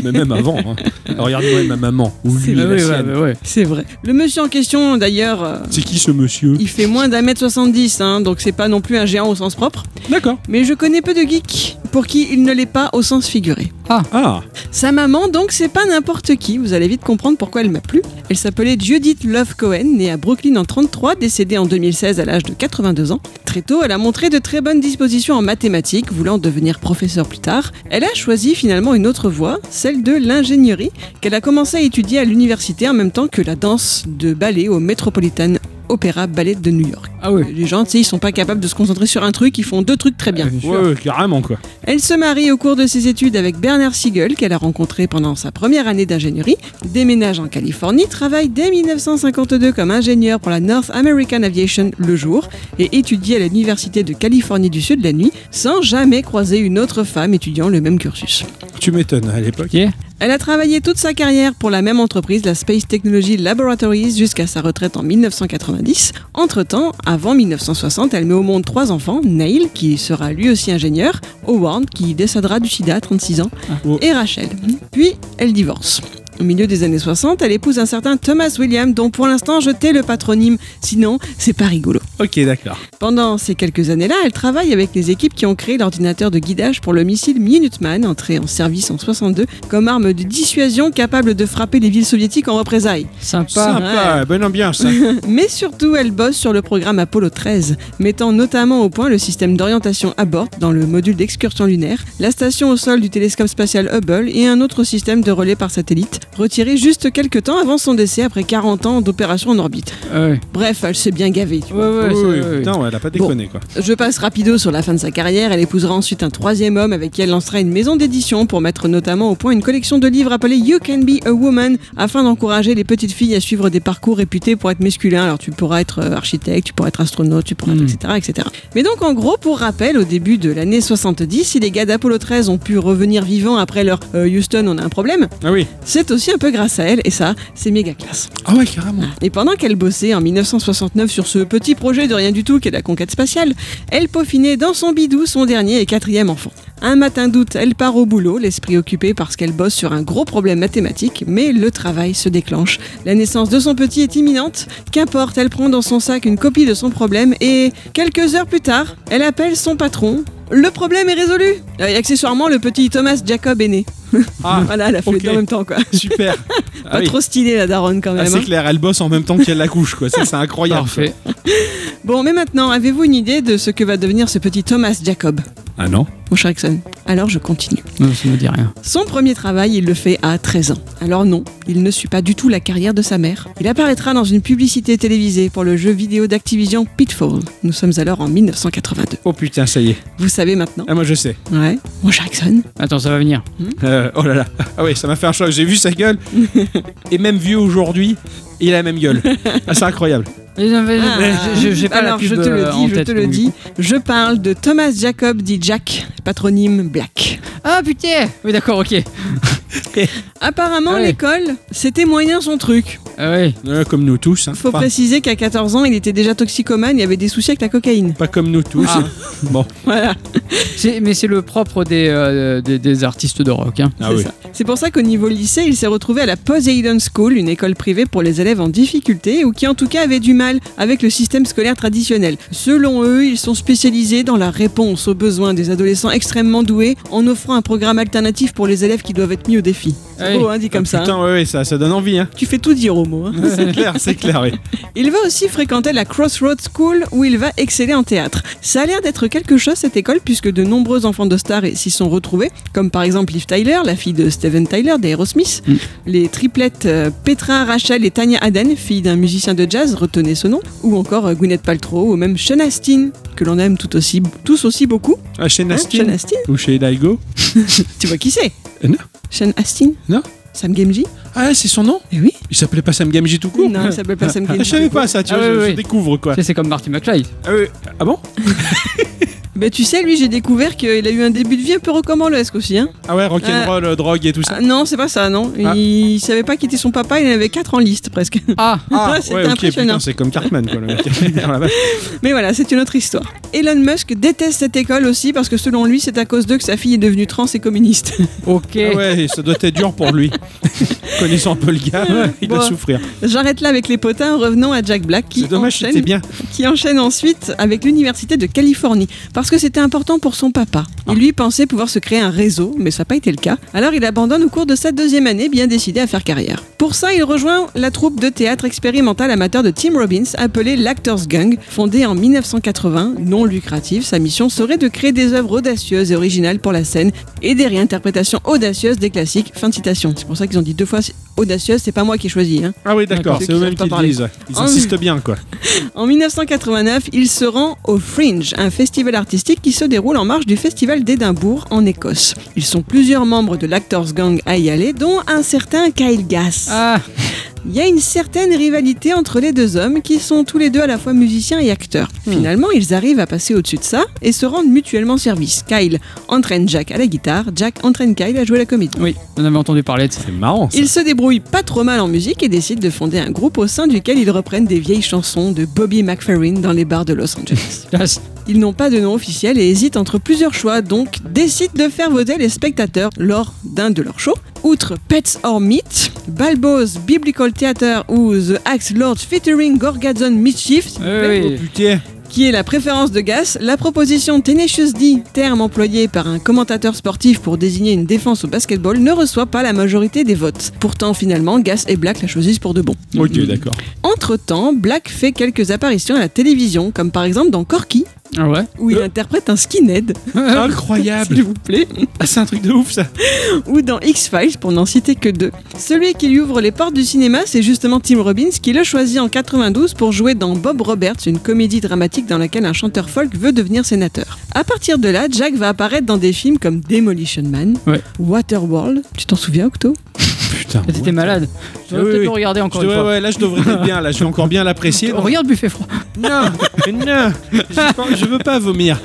S1: mais même avant. hein. Regarde-moi ma maman, ou lui,
S2: Ah
S1: la
S2: ouais, ouais,
S1: sienne.
S2: bah ouais.
S3: C'est vrai. Le monsieur en question, d'ailleurs, euh,
S1: C'est qui ce monsieur
S3: il fait moins d'un mètre 70, hein, donc c'est pas non plus un géant au sens propre.
S1: D'accord.
S3: Mais je connais peu de geeks pour qui il ne l'est pas au sens figuré.
S1: Ah,
S3: Sa maman, donc, c'est pas n'importe qui. Vous allez vite comprendre pourquoi elle m'a plu. Elle s'appelait Judith Love Cohen, née à Brooklyn en 33, décédée en 2016 à l'âge de 82 ans. Très tôt, elle a montré de très bonnes dispositions en mathématiques, voulant devenir professeure plus tard. Elle a choisi finalement une autre voie, celle de l'ingénierie, qu'elle a commencé à étudier à l'université en même temps que la danse de ballet au Metropolitan Opera Ballet de New York.
S2: Ah ouais.
S3: Les gens, tu sais, ils sont pas capables de se concentrer sur un truc, ils font deux trucs très bien.
S2: Ah,
S1: ouais, ouais, carrément quoi.
S3: Elle se marie au cours de ses études avec Bernard Siegel, qu'elle a rencontré pendant sa première année d'ingénierie, déménage en Californie, travaille dès 1952 comme ingénieur pour la North American Aviation le jour et étudie à l'Université de Californie du Sud la nuit, sans jamais croiser une autre femme étudiant le même cursus.
S1: Tu m'étonnes à l'époque.
S2: Ok.
S3: Elle a travaillé toute sa carrière pour la même entreprise, la Space Technology Laboratories, jusqu'à sa retraite en 1990. Entre-temps, avant 1960, elle met au monde trois enfants, Neil, qui sera lui aussi ingénieur, Howard, qui décédera du sida à 36 ans,
S1: Oh.
S3: et Rachel. Puis, elle divorce. Au milieu des années 60, elle épouse un certain Thomas William, dont pour l'instant je tais le patronyme, sinon c'est pas rigolo.
S1: Ok, d'accord.
S3: Pendant ces quelques années-là, elle travaille avec les équipes qui ont créé l'ordinateur de guidage pour le missile Minuteman, entré en service en 62, comme arme de dissuasion capable de frapper les villes soviétiques en représailles.
S2: Sympa.
S1: Sympa, bonne ambiance. hein.
S3: Mais surtout, elle bosse sur le programme Apollo 13, mettant notamment au point le système d'orientation à bord dans le module d'excursion lunaire, la station au sol du télescope spatial Hubble et un autre système de relais par satellite, retiré juste quelques temps avant son décès après 40 ans d'opération en orbite.
S2: Ah ouais.
S3: Bref, elle s'est bien gavée. tu
S2: Ouais, ouais,
S1: Oui,
S2: ça,
S1: oui,
S2: ouais, ouais.
S1: putain, ouais, elle a pas déconné quoi.
S3: Je passe rapido sur la fin de sa carrière. Elle épousera ensuite un troisième homme avec qui elle lancera une maison d'édition pour mettre notamment au point une collection de livres appelée You Can Be a Woman afin d'encourager les petites filles à suivre des parcours réputés pour être masculins. Alors tu pourras être euh, architecte, tu pourras être astronaute, tu pourras être
S2: Mm.
S3: etc., etc. Mais donc en gros, pour rappel, au début de l'année 70, si les gars d'Apollo 13 ont pu revenir vivants après leur euh, Houston, on a un problème,
S1: Ah oui.
S3: c'est aussi un peu grâce à elle et ça, c'est méga classe.
S1: Ah ouais, carrément.
S3: Et pendant qu'elle bossait en 1969 sur ce petit projet de rien du tout qu'est la conquête spatiale, elle peaufinait dans son bidou son dernier et quatrième enfant. Un matin d'août, elle part au boulot, l'esprit occupé parce qu'elle bosse sur un gros problème mathématique, mais le travail se déclenche. La naissance de son petit est imminente. Qu'importe, elle prend dans son sac une copie de son problème et, quelques heures plus tard, elle appelle son patron. Le problème est résolu Euh, Et accessoirement, le petit Thomas Jacob est né.
S1: Ah,
S3: Voilà, elle a fait les
S1: Ok.
S3: deux en même temps, quoi.
S1: super. Ah
S3: Pas
S1: oui.
S3: trop stylé, la daronne, quand même.
S1: Ah,
S3: hein.
S1: c'est clair, elle bosse en même temps qu'elle l'accouche, quoi. Ça, c'est incroyable.
S2: Parfait.
S3: Bon, mais maintenant, avez-vous une idée de ce que va devenir ce petit Thomas Jacob
S1: Ah non
S3: mon cher Exxon. Alors je continue.
S2: Non, ça ne me dit rien.
S3: Son premier travail, il le fait à 13 ans. Alors non, il ne suit pas du tout la carrière de sa mère. Il apparaîtra dans une publicité télévisée pour le jeu vidéo d'Activision Pitfall. Nous sommes alors en 1982.
S1: Oh putain, ça y est.
S3: Vous savez maintenant
S1: Ah moi je sais.
S3: Ouais. Mon cher Exxon.
S2: Attends, ça va venir.
S1: Euh, oh là là. Ah oui, ça m'a fait un choc. J'ai vu sa gueule. Et même vu aujourd'hui, il a la même gueule. Ah, c'est incroyable.
S2: Euh, Je- Ah. je- j'ai pas la
S3: Ah. alors
S2: pub,
S3: je te le
S2: euh, en
S3: dis, je
S2: tête,
S3: te le
S2: donc.
S3: dis. Je parle de Thomas Jacob dit Jack, patronyme Black.
S2: Ah putain Oui, d'accord, ok.
S3: Apparemment,
S2: Ah ouais.
S3: l'école, c'était moyen son truc.
S2: Ah oui.
S1: Euh, comme nous tous. hein.
S3: Faut
S1: Enfin,
S3: préciser qu'à 14 ans, il était déjà toxicomane et avait des soucis avec la cocaïne.
S1: pas comme nous tous.
S2: Ah.
S1: hein. Bon.
S3: Voilà,
S2: C'est- Mais c'est le propre des, euh, des, des artistes de rock. Hein.
S1: Ah
S3: c'est
S1: oui.
S3: ça. C'est pour ça qu'au niveau lycée, il s'est retrouvé à la Poseidon School, une école privée pour les élèves en difficulté ou qui en tout cas avaient du mal avec le système scolaire traditionnel. Selon eux, ils sont spécialisés dans la réponse aux besoins des adolescents extrêmement doués en offrant un programme alternatif pour les élèves qui doivent être mis au défi.
S2: Ah
S3: C'est
S2: oui.
S3: beau, hein, dit comme
S1: Ah,
S3: ça. hein.
S1: Putain, ouais, ouais, ça, ça donne envie. Hein.
S3: Tu fais tout dire au mot. hein.
S1: C'est clair, c'est clair, oui.
S3: Il va aussi fréquenter la Crossroads School où il va exceller en théâtre. Ça a l'air d'être quelque chose cette école puisque de nombreux enfants de stars s'y sont retrouvés, comme par exemple Liv Tyler, la fille de Steven Tyler d'Aerosmith,
S2: Mm.
S3: les triplettes euh, Petra, Rachel et Tanya Aden, fille d'un musicien de jazz, retenez ce nom, ou encore euh, Gwyneth Paltrow ou même Sean Astin, que l'on aime tout aussi, tous aussi beaucoup.
S1: Ah, chez
S3: Hein,
S1: Nasty
S3: Sean Astin,
S1: ou chez Daigo.
S3: tu vois qui c'est
S1: Euh, non.
S3: Sean Astin
S1: Non.
S3: Sam Gamgee
S1: Ah, c'est son nom
S3: Eh oui
S1: Il s'appelait pas Sam Gamgee tout court
S3: Non, il s'appelle pas Sam
S1: Ah,
S3: Gamgee.
S1: je savais pas ça, tu
S2: Ah,
S1: vois, je,
S2: oui,
S1: je
S2: oui.
S1: découvre quoi.
S2: Tu sais, C'est comme Marty McFly.
S1: Ah, oui. Ah bon
S3: Bah tu sais, lui j'ai découvert qu'il a eu un début de vie un peu rocambolesque aussi, hein
S1: Ah ouais, rock'n'roll, euh, drogue et tout ça.
S3: Ah, non, c'est pas ça, non.
S1: Ah.
S3: Il savait pas qui était son papa, il en avait 4 en liste presque.
S2: Ah
S1: Ah,
S3: c'était
S1: ouais, ok,
S3: impressionnant.
S1: putain, c'est comme Cartman quoi, le mec. Ah, la vache.
S3: Mais voilà, c'est une autre histoire. Elon Musk déteste cette école aussi parce que selon lui, c'est à cause d'eux que sa fille est devenue trans et communiste.
S2: ok.
S1: Ah ouais, ça doit être dur pour lui. Connaissant un peu le gars, il doit
S3: Bon.
S1: souffrir.
S3: J'arrête là avec les potins, revenons à Jack Black qui
S1: C'est dommage,
S3: enchaîne,
S1: c'était bien.
S3: qui enchaîne ensuite avec l'université de Californie parce que c'était important pour son papa. Et lui pensait pouvoir se créer un réseau, mais ça n'a pas été le cas. Alors il abandonne au cours de sa deuxième année, bien décidé à faire carrière. Pour ça, il rejoint la troupe de théâtre expérimental amateur de Tim Robbins appelée l'Actors Gang, fondée en 1980, non lucrative. Sa mission serait de créer des œuvres audacieuses et originales pour la scène et des réinterprétations audacieuses des classiques. Fin de citation. C'est pour ça qu'ils ont dit deux fois audacieuse, c'est pas moi qui ai choisi. hein.
S1: Ah oui, d'accord,
S3: D'accord,
S1: c'est
S3: ceux qui
S1: eux-mêmes
S3: savent pas
S1: qui le
S3: parler.
S1: disent. ouais. Ils
S3: Ah,
S1: insistent bien, quoi.
S3: En 1989, il se rend au Fringe, un festival artistique qui se déroule en marge du Festival d'Édimbourg en Écosse. Ils sont plusieurs membres de l'Actors Gang à y aller, dont un certain Kyle Gass.
S2: Ah,
S3: Il y a une certaine rivalité entre les deux hommes qui sont tous les deux à la fois musiciens et acteurs. Finalement, ils arrivent à passer au-dessus de ça et se rendent mutuellement service. Kyle entraîne Jack à la guitare, Jack entraîne Kyle à jouer à la comédie.
S2: oui, on avait entendu parler de ça.
S1: C'est marrant, ça.
S3: Ils se débrouillent pas trop mal en musique et décident de fonder un groupe au sein duquel ils reprennent des vieilles chansons de Bobby McFerrin dans les bars de Los Angeles.
S2: Classe.
S3: Ils n'ont pas de nom officiel et hésitent entre plusieurs choix, donc décident de faire voter les spectateurs lors d'un de leurs shows. Outre Pets or Meat, Balbo's Biblical Theater ou The Axe Lord featuring Gorgazon Mischief, s'il vous plaît,
S2: Oui, oui.
S1: Putain,
S3: qui est la préférence de Gas, la proposition Tenacious D, terme employé par un commentateur sportif pour désigner une défense au basketball, ne reçoit pas la majorité des votes. Pourtant, finalement, Gas et Black la choisissent pour de bon.
S1: ok, d'accord.
S3: Entre-temps, Black fait quelques apparitions à la télévision, comme par exemple dans Corky,
S2: Ah ouais
S3: où il interprète un skinhead, s'il
S2: Ah
S1: Ah Incroyable
S3: vous plaît,
S1: Ah, c'est un truc de ouf, ça
S3: ou dans X-Files, pour n'en citer que deux. Celui qui lui ouvre les portes du cinéma, c'est justement Tim Robbins, qui le choisit en 92 pour jouer dans Bob Roberts, une comédie dramatique dans laquelle un chanteur folk veut devenir sénateur. À partir de là, Jack va apparaître dans des films comme Demolition Man,
S2: Ouais.
S3: Waterworld, tu t'en souviens, Octo
S1: Putain.
S2: T'étais
S1: ouais.
S2: malade. Tu
S1: Oui,
S2: devrais peut-être
S1: oui.
S2: le regarder encore
S1: Je
S2: une
S1: dois-
S2: fois.
S1: ouais, là, je devrais être bien, là, je vais encore bien l'apprécier.
S2: Oh, Regarde Buffet Froid.
S1: Non, non, j'ai pas- je veux pas vomir.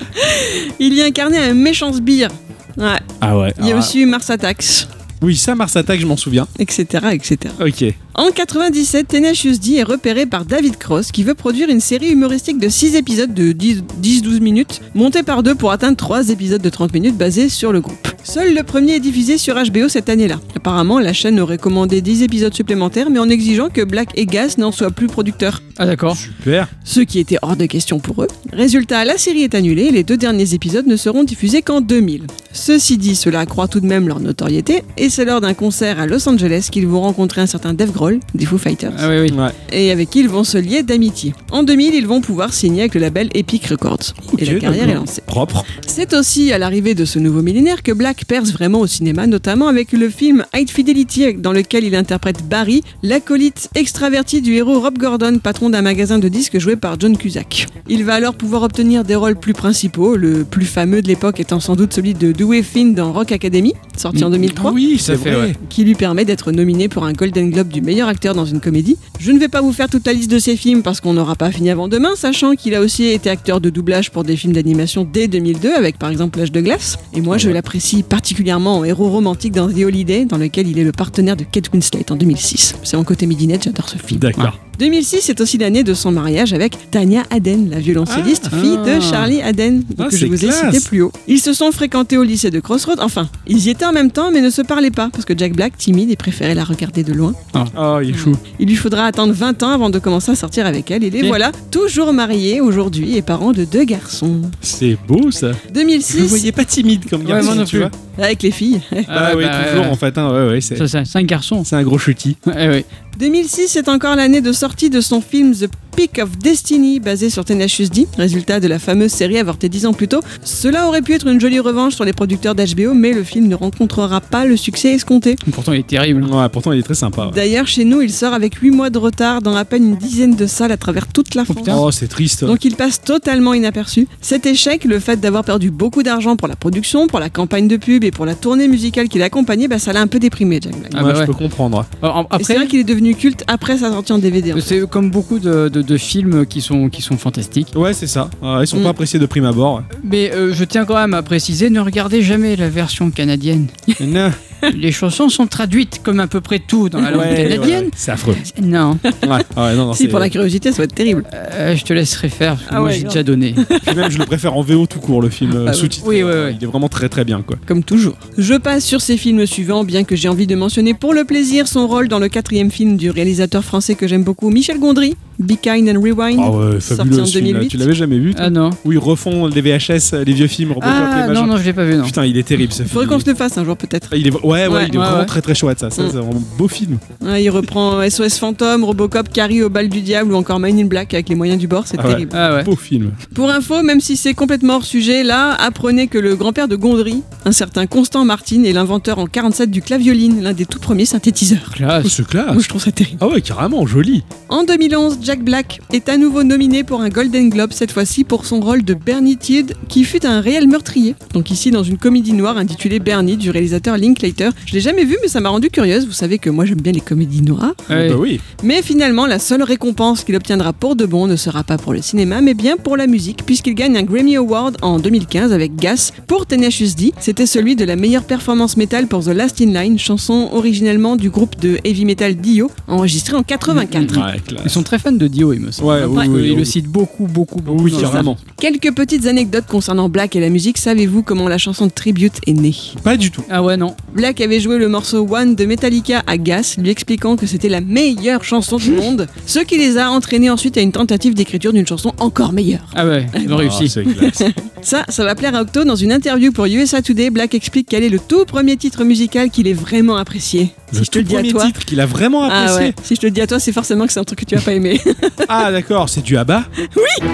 S3: Il y incarnait un méchant sbire. Ouais,
S1: Ah ouais.
S3: il y a aussi eu Mars Attacks,
S1: Oui, ça, Mars Attack, je m'en souviens.
S3: etc., etc.
S1: Ok.
S3: En 97, Tenacious D est repéré par David Cross qui veut produire une série humoristique de 6 épisodes de 10 10-12 minutes, montée par deux pour atteindre 3 épisodes de 30 minutes basés sur le groupe. Seul le premier est diffusé sur HBO cette année-là. Apparemment, la chaîne aurait commandé 10 épisodes supplémentaires mais en exigeant que Black et Gas n'en soient plus producteurs,
S2: Ah d'accord.
S1: Super.
S3: ce qui était hors de question pour eux. Résultat, la série est annulée et les deux derniers épisodes ne seront diffusés qu'en 2000. Ceci dit, cela accroît tout de même leur notoriété, et c'est lors d'un concert à Los Angeles qu'ils vont rencontrer un certain Dave Grohl, des Foo Fighters,
S2: Ah oui, oui.
S1: Ouais.
S3: et avec qui ils vont se lier d'amitié. En 2000, ils vont pouvoir signer avec le label Epic Records, et
S1: Ok,
S3: la carrière est
S1: Oh d'accord.
S3: lancée.
S1: Propre.
S3: C'est aussi à l'arrivée de ce nouveau millénaire que Black perce vraiment au cinéma, notamment avec le film High Fidelity, dans lequel il interprète Barry, l'acolyte extraverti du héros Rob Gordon, patron d'un magasin de disques joué par John Cusack. Il va alors pouvoir obtenir des rôles plus principaux, le plus fameux de l'époque étant sans doute celui de Dewey Finn dans Rock Academy, sorti
S1: Mm.
S3: en 2003
S1: Ah oui, c'est
S2: Tout à fait,
S1: vrai.
S2: ouais.
S3: qui lui permet d'être nominé pour un Golden Globe du meilleur acteur dans une comédie. Je ne vais pas vous faire toute la liste de ses films parce qu'on n'aura pas fini avant demain, sachant qu'il a aussi été acteur de doublage pour des films d'animation dès 2002, avec par exemple L'âge de glace. Et moi, je l'apprécie particulièrement en héros romantique dans The Holiday, dans lequel il est le partenaire de Kate Winslet en 2006. C'est mon côté midinette, j'adore ce film.
S1: D'accord.
S3: 2006 c'est aussi l'année de son mariage avec Tania Aden, la violoncelliste,
S1: Ah,
S3: fille
S1: ah.
S3: de Charlie Aden, donc
S1: Ah,
S3: que je
S1: c'est
S3: vous ai
S1: classe.
S3: cité plus haut. Ils se sont fréquentés au lycée de Crossroads, enfin, ils y étaient en même temps mais ne se parlaient pas parce que Jack Black, timide, et préférait la regarder de loin.
S1: Oh, il est chou.
S3: Il lui faudra attendre 20 ans avant de commencer à sortir avec elle et les
S2: Ok.
S3: voilà, toujours mariés aujourd'hui et parents de deux garçons.
S1: C'est beau ça. Je le
S3: 2006,
S1: voyais pas timide comme
S2: Ouais,
S1: garçon,
S2: moi non
S1: tu
S2: plus.
S1: vois.
S3: avec les filles.
S1: Ah, oui, toujours en fait. hein, ouais, ouais, c'est
S2: bah, euh, Ça, c'est Ah un- c'est un garçon.
S1: c'est un gros chutis.
S2: Ouais, ouais.
S3: 2006 c'est encore l'année de sortie de son film The Peak of Destiny, basé sur Tenacious D, résultat de la fameuse série avortée 10 ans plus tôt. Cela aurait pu être une jolie revanche sur les producteurs d'HBO, mais le film ne rencontrera pas le succès escompté.
S2: Pourtant, il est terrible.
S1: Ouais, pourtant, il est très sympa. ouais.
S3: D'ailleurs, chez nous, il sort avec 8 mois de retard dans à peine une dizaine de salles à travers toute la France.
S1: Oh, c'est triste.
S3: Donc il passe totalement inaperçu. Cet échec, le fait d'avoir perdu beaucoup d'argent pour la production, pour la campagne de pub et pour la tournée musicale qui l'accompagnait, bah, ça l'a un peu déprimé, Jack Black.
S2: Ah,
S1: Moi,
S2: bah
S1: je
S2: ouais.
S1: peux comprendre.
S2: Alors, en-
S3: Et c'est
S2: après,
S3: vrai qu'il est devenu culte après sa sortie en DVD. en fait.
S2: c'est comme beaucoup de, de- de films qui sont, qui sont fantastiques.
S1: Ouais, c'est ça. Ouais, ils sont
S3: Mm.
S1: pas appréciés de prime abord.
S2: Mais euh, je tiens quand même à préciser, ne regardez jamais la version canadienne.
S1: Non.
S2: Les chansons sont traduites comme à peu près tout dans la langue
S1: Ouais, ouais,
S2: canadienne.
S1: ouais. C'est affreux.
S2: Non,
S1: Ouais, ouais, non, non,
S3: Si,
S1: c'est-
S3: pour la curiosité, ça va être terrible.
S2: euh, je te laisserai faire, parce que
S3: Ah
S2: moi
S3: ouais,
S2: j'ai
S3: grave.
S2: déjà donné.
S1: Puis même, je le préfère en VO tout court, le film euh,
S3: Ah, oui.
S1: sous-titré.
S2: Oui, ouais, ouais.
S1: Il est vraiment très très bien, quoi.
S3: comme toujours. Je passe sur ses films suivants, bien que j'ai envie de mentionner pour le plaisir son rôle dans le quatrième film du réalisateur français que j'aime beaucoup, Michel Gondry, Be Kind and Rewind.
S1: Ah ouais,
S3: sorti
S1: fabuleux
S3: en
S1: ce film-là.
S3: 2008.
S1: Tu l'avais jamais vu toi
S2: Ah non.
S1: Où ils refont les VHS, les vieux films, Robocop,
S2: Ah non,
S1: les machins.
S2: non, je l'ai pas vu, non.
S1: Putain, il est terrible ce film.
S3: Faudrait qu'on se le fasse un jour peut-être.
S1: Il est... Ouais, ouais,
S3: Ouais,
S1: il est
S2: ouais,
S1: vraiment
S2: ouais.
S1: très très chouette ça. ça
S3: Mm.
S1: C'est un beau film.
S3: Ouais, Hein, il reprend SOS Fantôme, Robocop, Carrie au bal du diable ou encore Man in Black avec les moyens du bord, c'est
S1: Ah ouais.
S3: terrible.
S2: Ah ouais.
S1: Beau film.
S3: Pour info, même si c'est complètement hors sujet, là, apprenez que le grand-père de Gondry, un certain Constant Martin, est l'inventeur en 47 du clavioline, l'un des tout premiers synthétiseurs.
S1: Oh,
S2: Classe.
S1: c'est
S3: Moi,
S1: classe.
S3: je trouve ça terrible.
S1: Ah ouais, carrément, joli.
S3: En 2011, Jack Black est à nouveau nominé pour un Golden Globe, cette fois-ci pour son rôle de Bernie Tidd, qui fut un réel meurtrier. Donc ici dans une comédie noire intitulée Bernie du réalisateur Linklater. Je l'ai jamais vu mais ça m'a rendu curieuse, vous savez que moi j'aime bien les comédies noires.
S2: Ouais.
S1: Bah oui.
S3: Mais finalement, la seule récompense qu'il obtiendra pour de bon ne sera pas pour le cinéma, mais bien pour la musique, puisqu'il gagne un Grammy Award en 2015 avec Gas pour Tenacious D. C'était celui de la meilleure performance métal pour The Last In Line, chanson originellement du groupe de heavy metal Dio, enregistrée en 84.
S1: Ouais, classe.
S2: Ils sont très fans de Dio, il me semble.
S1: Ouais, oui,
S2: Parce
S1: oui,
S2: que
S1: oui,
S2: ils le
S1: oui.
S2: citent beaucoup, beaucoup, beaucoup.
S1: Oui,
S2: dans leur
S1: carrément.
S3: Quelques petites anecdotes concernant Black et la musique. Savez-vous comment la chanson Tribute est née
S1: Pas du tout.
S2: Ah ouais, non.
S3: Black avait joué le morceau One de Metallica à Gas, lui expliquant que c'était la meilleure chanson du monde, ce qui les a entraînés ensuite à une tentative d'écriture d'une chanson encore meilleure.
S2: Ah ouais, ils ont
S1: Ah,
S2: réussi.
S1: c'est classe.
S3: Ça, ça va plaire à Octo. Dans une interview pour USA Today, Black explique quel est le tout premier titre musical qu'il ait vraiment apprécié.
S1: le tout premier titre qu'il a vraiment
S3: Ah
S1: apprécié.
S3: ouais, si je te le dis à toi, c'est forcément que c'est un truc que tu vas pas aimer.
S1: Ah d'accord, c'est du Abba Oui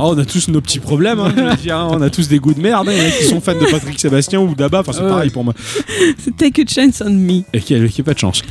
S1: Ah, on a tous nos petits problèmes, hein, je veux dire, hein, on a tous des goûts de merde, hein, il y en a qui sont fans de Patrick Sébastien ou d'Abba, enfin c'est
S2: Ouais.
S1: pareil pour moi.
S3: c'est Take a Chance on Me.
S1: Et qui a, qui a pas de chance.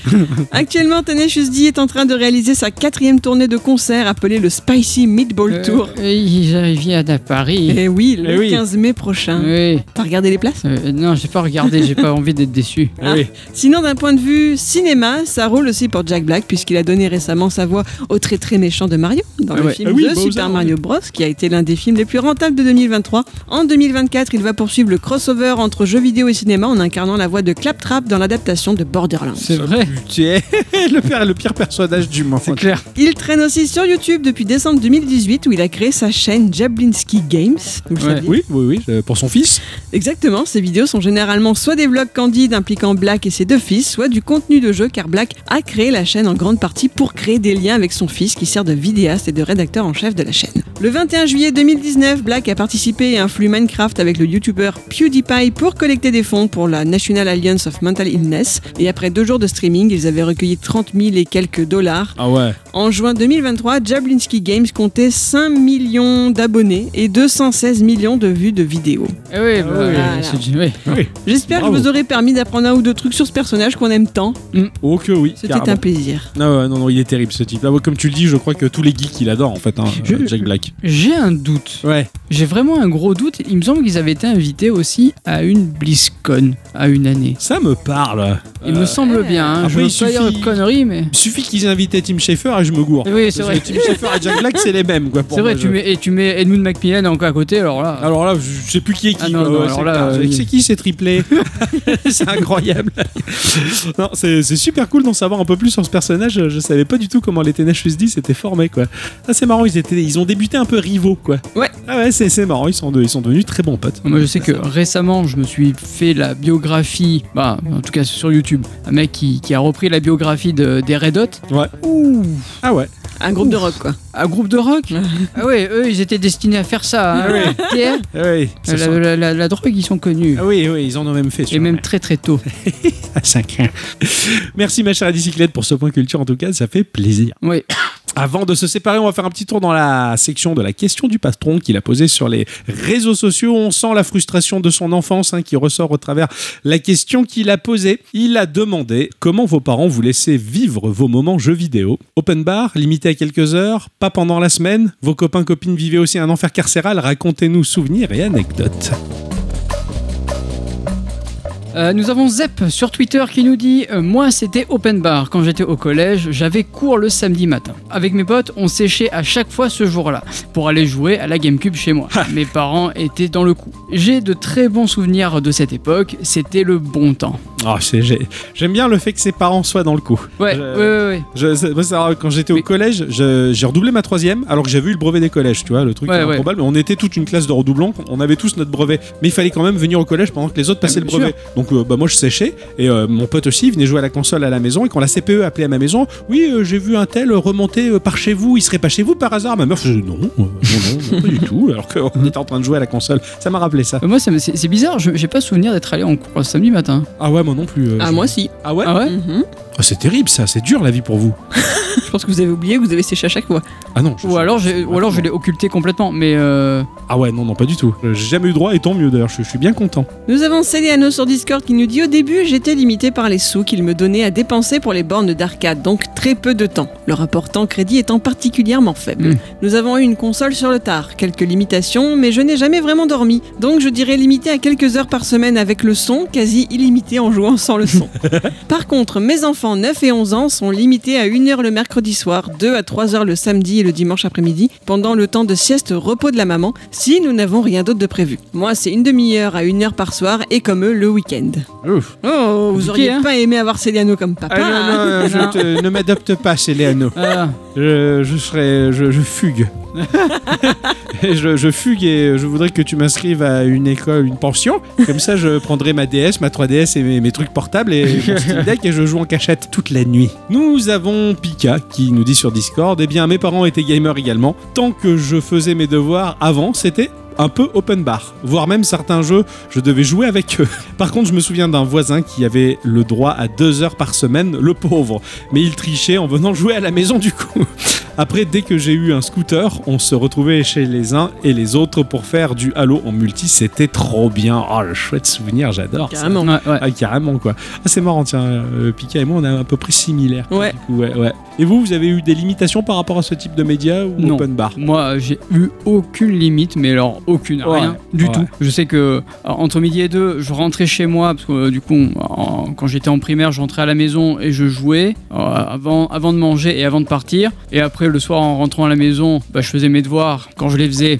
S3: Actuellement, Tenacious D est en train de réaliser sa quatrième tournée de concert appelée le Spicy Meatball
S2: Euh,
S3: Tour.
S2: et ils arrivaient à Paris.
S3: Eh oui, le
S1: Eh oui.
S3: 15 mai prochain.
S2: Oui.
S3: T'as regardé les places
S2: Euh, non, j'ai pas regardé, j'ai pas envie d'être déçu.
S1: Ah oui.
S3: Sinon, d'un point de vue cinéma, ça roule aussi pour Jack Black, puisqu'il a donné récemment sa voix au très très méchant de Mario, dans
S2: Ah
S3: le
S2: ouais.
S3: film
S1: Ah oui,
S3: de
S1: Bowser,
S3: Super
S1: oui.
S3: Mario Bros, qui a été l'un des films les plus rentables de 2023. En 2024, il va poursuivre le crossover entre jeux vidéo et cinéma en incarnant la voix de Claptrap dans l'adaptation de Borderlands.
S2: C'est vrai,
S1: Putain, le pire, le pire personnage du monde.
S2: c'est clair.
S3: Il traîne aussi sur YouTube depuis décembre 2018, où il a créé sa chaîne Jablinski Games. Vous le
S2: Ouais.
S3: saviez
S1: Oui, oui, oui, euh, pour son fils.
S3: Exactement, ces vidéos sont généralement soit des vlogs candides impliquant Black et ses deux fils, soit du contenu de jeu car Black a créé la chaîne en grande partie pour créer des liens avec son fils qui sert de vidéaste et de rédacteur en chef de la chaîne. Le 21 juillet 2019, Black a participé à un flux Minecraft avec le youtubeur PewDiePie pour collecter des fonds pour la National Alliance of Mental Illness. Et après deux jours de streaming, ils avaient recueilli 30 000 et quelques dollars.
S1: Ah ouais.
S3: En juin 2023, Jablinski Games comptait 5 millions d'abonnés et 216 millions de vues de vidéos.
S2: Eh oui,
S1: Ah
S2: bah,
S3: Voilà.
S2: c'est- oui.
S3: J'espère que
S1: Bravo.
S3: je vous aurai permis d'apprendre un ou deux trucs sur ce personnage qu'on aime tant.
S1: Oh que oui.
S3: C'était
S1: carrément.
S3: un plaisir.
S1: Non, Ah ouais, non, non, il est terrible ce type. Là, ouais, comme tu le dis, je crois que tous les geeks, il adore en fait, hein,
S2: Je-
S1: euh, Jack Black.
S2: J'ai un doute.
S1: Ouais.
S2: J'ai vraiment un gros doute. Il me semble qu'ils avaient été invités aussi à une BlizzCon à une année.
S1: Ça me parle.
S2: Il
S1: Euh,
S2: me semble bien. hein. Je
S1: Après, il
S2: veux pas dire
S1: suffit-
S2: de conneries, mais.
S1: Il suffit qu'ils invitaient Tim Schafer et je me gourre.
S2: Oui, c'est
S1: Parce
S2: vrai.
S1: que Tim Schafer et Jack Black, c'est les mêmes quoi. pour
S2: C'est vrai,
S1: moi,
S2: tu
S1: je- Ah
S2: mets, et tu mets Edmund Macmillan encore à côté, alors là.
S1: Alors là, je je sais plus qui est qui.
S2: Ah non,
S1: quoi.
S2: non,
S1: Ouais,
S2: alors
S1: c'est
S2: là,
S1: clair.
S2: euh,
S1: c'est qui c'est triplé C'est incroyable. non, c'est c'est super cool d'en savoir un peu plus sur ce personnage. Je, je savais pas du tout comment les Tenacious D s'étaient formés quoi. Ah, c'est marrant, ils étaient, ils ont débuté un peu rivaux quoi.
S3: Ouais.
S1: Ah ouais, c'est c'est marrant. Ils sont de- ils sont devenus très bons potes.
S2: Moi, je sais que récemment, je me suis fait la biographie, bah, en tout cas sur YouTube, un mec qui, qui a repris la biographie de- des Red Hot.
S1: Ouais.
S2: Ouh,
S1: Ah ouais.
S3: Un groupe de rock, quoi.
S1: Bah,
S2: un groupe de rock Ah ouais, eux, ils étaient destinés à faire ça. hein. Tiens,
S1: Ah ouais.
S2: la,
S1: ça sent-
S2: la- la- la drogue, ils sont connus.
S1: Ah oui, oui, ils en ont même fait.
S2: Et
S1: sûrement.
S2: même très très tôt.
S1: à 5 Merci ma chère bicyclette pour ce point culture en tout cas, ça fait plaisir.
S2: Oui.
S1: Avant de se séparer, on va faire un petit tour dans la section de la question du patron qu'il a posée sur les réseaux sociaux. On sent la frustration de son enfance hein, qui ressort au travers la question qu'il a posée. Il a demandé comment vos parents vous laissaient vivre vos moments jeux vidéo. Open bar, limité à quelques heures, pas pendant la semaine. Vos copains copines vivaient aussi un enfer carcéral. Racontez-nous souvenirs et anecdotes.
S2: Euh, nous avons Zep sur Twitter qui nous dit euh, Moi, c'était open bar. Quand j'étais au collège, j'avais cours le samedi matin. Avec mes potes, on séchait à chaque fois ce jour-là pour aller jouer à la Gamecube chez moi. mes parents étaient dans le coup. J'ai de très bons souvenirs de cette époque. C'était le bon temps.
S1: Ah, c'est- j'ai- J'aime bien le fait que ses parents soient dans le coup.
S2: Ouais,
S1: Je-
S2: ouais, ouais. ouais.
S1: Je, c'est- moi, c'est rare, quand j'étais au
S2: Mais-
S1: collège, je- j'ai redoublé ma troisième, alors que j'avais eu le brevet des collèges, tu vois, le truc
S2: Ouais, ouais.
S1: improbable. On était toute une classe de redoublants, on avait tous notre brevet, mais il fallait quand même venir au collège pendant que les autres passaient
S2: Ah,
S1: le
S2: bien
S1: brevet. Donc, euh, bah, moi, je séchais, et euh, mon pote aussi, il venait jouer à la console à la maison, et quand la CPE appelait à ma maison, oui, euh, j'ai vu un tel remonter euh, par chez vous, il serait pas chez vous par hasard. Ma meuf, je non, euh, non, non, non, pas du tout, alors qu'on était en train de jouer à la console. Ça m'a rappelé ça.
S2: Euh, Moi, ça me- c'est c'est bizarre, je- j'ai pas souvenir d'être allé en cours le samedi matin.
S1: Ah ouais, moi non plus. euh,
S3: Ah,
S1: je-
S3: moi, si.
S1: Ah ouais
S2: Ah ouais
S3: Mhm.
S1: Ah, C'est terrible ça, c'est dur la vie pour vous.
S3: Je pense que vous avez oublié que vous avez séché à chaque fois.
S1: Ah non, je-
S2: Ou alors, j'ai- ou alors je l'ai occulté complètement, mais euh,
S1: Ah ouais, non, non, pas du tout. J'ai jamais eu droit, et tant mieux d'ailleurs, je- je suis bien content.
S3: Nous avons Céliano sur Discord qui nous dit au début j'étais limité par les sous qu'il me donnait à dépenser pour les bornes d'arcade, donc très peu de temps, le rapport temps-crédit étant particulièrement faible.
S2: Mm.
S3: Nous avons eu une console sur le tard, quelques limitations, mais je n'ai jamais vraiment dormi, donc je dirais limité à quelques heures par semaine avec le son, quasi illimité en jouant sans le son. par contre, mes enfants 9 et 11 ans sont limités à 1 heure le mercredi soir, 2 à 3 heures le samedi et le dimanche après-midi, pendant le temps de sieste repos de la maman, si nous n'avons rien d'autre de prévu. Moi, c'est une demi-heure à une heure par soir et comme eux, le week-end. Oh, vous
S2: Compliqué,
S3: auriez
S2: hein
S3: pas aimé avoir Céliano comme papa.
S1: Ah,
S3: hein
S1: non, non, je
S2: Non.
S1: te- ne m'adopte pas, Céléano.
S2: ah,
S1: Je, je serai, je, je fugue. Et je, je fugue et je voudrais que tu m'inscrives à une école, une pension. Comme ça, je prendrai ma DS, ma 3DS et mes, mes trucs portables et mon Steam Deck et je joue en cachette toute la nuit. Nous avons Pika qui nous dit sur Discord Eh bien, mes parents étaient gamers également. Tant que je faisais mes devoirs avant, c'était un peu open bar, voire même certains jeux, je devais jouer avec eux. Par contre, je me souviens d'un voisin qui avait le droit à deux heures par semaine, le pauvre. Mais il trichait en venant jouer à la maison du coup. Après, dès que j'ai eu un scooter, on se retrouvait chez les uns et les autres pour faire du halo en multi. C'était trop bien. Oh, le chouette souvenir, j'adore. ça.
S3: Carrément.
S2: ouais, ouais.
S1: Ah, carrément, quoi. Ah, c'est marrant, tiens. euh, Pika et moi, on est à peu près similaires.
S3: Ouais.
S1: Du coup, ouais, ouais. Et vous, vous avez eu des limitations par rapport à ce type de média ou
S2: Non.
S1: open bar
S2: Moi, j'ai eu aucune limite, mais alors aucune,
S1: Ouais,
S2: rien du
S1: ouais.
S2: tout. Je sais que euh, entre midi et deux, je rentrais chez moi parce que euh, du coup, en- quand j'étais en primaire, je rentrais à la maison et je jouais euh, avant, avant de manger et avant de partir. Et après, le soir, en rentrant à la maison, bah, je faisais mes devoirs quand je les faisais.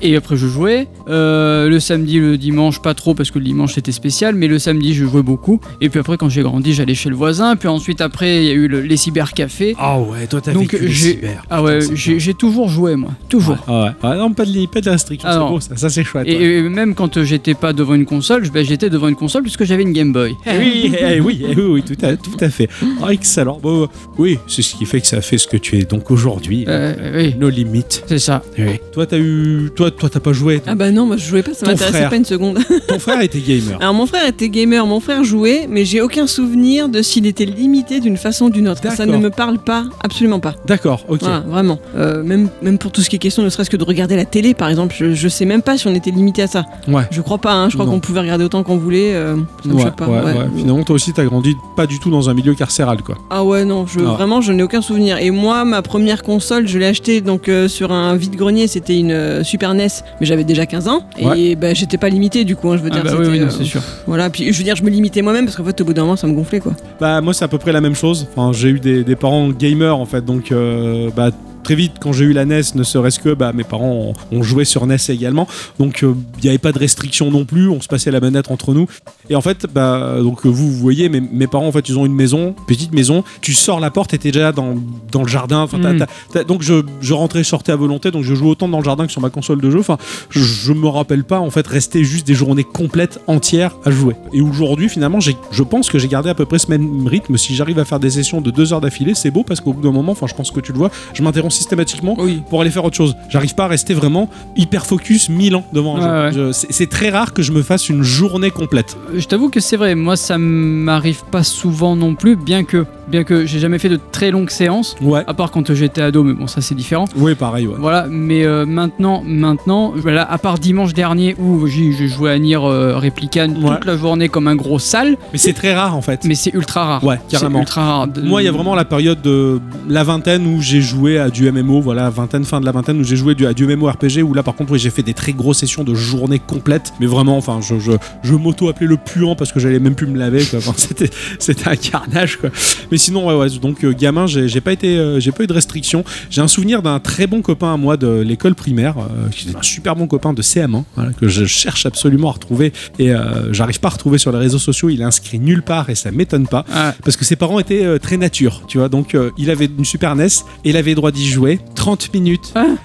S2: Et après, je jouais. Euh, le samedi, le dimanche, pas trop parce que le dimanche c'était spécial, mais le samedi, je jouais beaucoup. Et puis après, quand j'ai grandi, j'allais chez le voisin. Puis ensuite, après, il y a eu le- les cybercafés.
S1: Ah ouais, toi t'as
S2: Donc
S1: vécu les
S2: j'ai-
S1: cyber.
S2: Ah ouais,
S1: Putain, c'est
S2: j'ai j'ai toujours joué, moi. Toujours.
S1: Ah ouais. Ah non, pas de, li- pas de restriction,
S2: Ah
S1: c'est
S2: non.
S1: beau ça, ça c'est chouette. ouais.
S2: Et, et même quand euh, j'étais pas devant une console, je- ben, j'étais devant une console puisque j'avais une Game Boy.
S1: Eh oui, eh oui, eh oui, oui, tout à, tout à fait. Ah, excellent. Bon, oui, c'est ce qui fait que ça fait ce que tu es donc aujourd'hui.
S2: Euh, oui,
S1: Nos limites.
S2: c'est ça.
S1: Oui. Toi, t'as eu, toi, toi, t'as pas joué.
S3: Ah bah non, moi je jouais pas, ça
S1: Ton
S3: m'intéressait
S1: frère.
S3: pas une seconde.
S1: Ton frère était gamer.
S3: Alors mon frère était gamer, mon frère jouait, mais j'ai aucun souvenir de s'il était limité d'une façon ou d'une autre. Ça ne
S1: D'accord.
S3: me parle pas, absolument pas.
S1: D'accord, ok.
S3: Voilà, vraiment. Euh, même, même pour tout ce qui est question, ne serait-ce que de regarder la télé, par exemple, je, je sais même pas si on était limité à ça.
S1: Ouais.
S3: Je crois pas, hein, je crois
S1: Non.
S3: qu'on pouvait regarder autant qu'on voulait. euh, ça me
S1: Ouais,
S3: choque pas.
S1: ouais,
S3: ouais.
S1: ouais. Finalement, toi aussi, t'as grandi pas du tout dans un milieu carcéral, quoi.
S3: Ah ouais, non, je,
S1: Ah.
S3: vraiment, je n'ai aucun souvenir. Et moi, ma première console, je l'ai achetée donc, euh, sur un vide-grenier, c'était une euh, Super NES, mais j'avais déjà 15 ans. Et bah, j'étais pas limité du coup, hein, je veux
S2: Ah
S3: dire.
S2: bah oui,
S3: c'était,
S2: oui, non,
S3: euh,
S2: c'est sûr.
S3: Voilà, puis je veux dire, je me limitais moi-même parce qu'en fait, au bout d'un moment, ça me gonflait quoi.
S1: Bah moi c'est à peu près la même chose. Enfin j'ai eu des, des parents gamers en fait donc euh, bah très vite quand j'ai eu la NES ne serait-ce que bah mes parents ont, ont joué sur NES également donc euh, il n'y avait pas de restriction non plus on se passait la manette entre nous et en fait bah donc euh, vous vous voyez mes, mes parents en fait ils ont une maison petite maison tu sors la porte et t'es déjà dans, dans le jardin enfin t'as-
S2: Mm.
S1: t'as- t'as- donc je, je rentrais je sortais à volonté donc je jouais autant dans le jardin que sur ma console de jeu enfin je, je me rappelle pas en fait rester juste des journées complètes entières à jouer. Et aujourd'hui finalement, j'ai- je pense que j'ai gardé à peu près ce même rythme. Si j'arrive à faire des sessions de deux heures d'affilée, c'est beau parce qu'au bout d'un moment, enfin je pense que tu le vois, je m'interromps systématiquement
S2: Oui.
S1: pour aller faire autre chose. J'arrive pas à rester vraiment hyper focus mille ans devant un
S2: Ouais,
S1: jeu. Je- c'est- C'est très rare que je me fasse une journée complète.
S2: Je t'avoue que c'est vrai, moi ça m'arrive pas souvent non plus, bien que, bien que j'ai jamais fait de très longues séances,
S1: Ouais.
S2: à part quand j'étais ado, mais bon ça c'est différent.
S1: Oui, pareil, ouais.
S2: Voilà, mais euh, maintenant, maintenant, voilà, à part dimanche dernier où j'ai j'ai joué à Nier euh, Replicant
S1: Ouais.
S2: toute la journée comme un gros sale,
S1: Mais c'est très rare en fait.
S2: mais c'est ultra rare.
S1: Ouais, carrément.
S2: C'est ultra rare. De-
S1: Moi, il y a vraiment la période de la vingtaine où j'ai joué à du MMO, voilà, vingtaine, fin de la vingtaine, où j'ai joué du- à du MMORPG, où là, par contre, oui, j'ai fait des très grosses sessions de journée complète, mais vraiment, enfin, je, je, je m'auto-appelais le puant parce que j'allais même plus me laver, quoi. Enfin, c'était, c'était un carnage, quoi. Mais sinon, ouais, ouais, donc, euh, gamin, j'ai, j'ai pas été, euh, j'ai pas eu de restrictions. J'ai un souvenir d'un très bon copain à moi de l'école primaire, euh, qui était un super bon copain de CM1, voilà, que je cherche absolument à retrouver, et euh, j'arrive pas à retrouver sur les réseaux sociaux, il est inscrit nulle part, et ça m'étonne pas
S2: Ah,
S1: parce que ses parents étaient euh, très nature, tu vois. Donc euh, il avait une Super NES et il avait droit d'y jouer 30 minutes
S3: Ah.
S2: Hein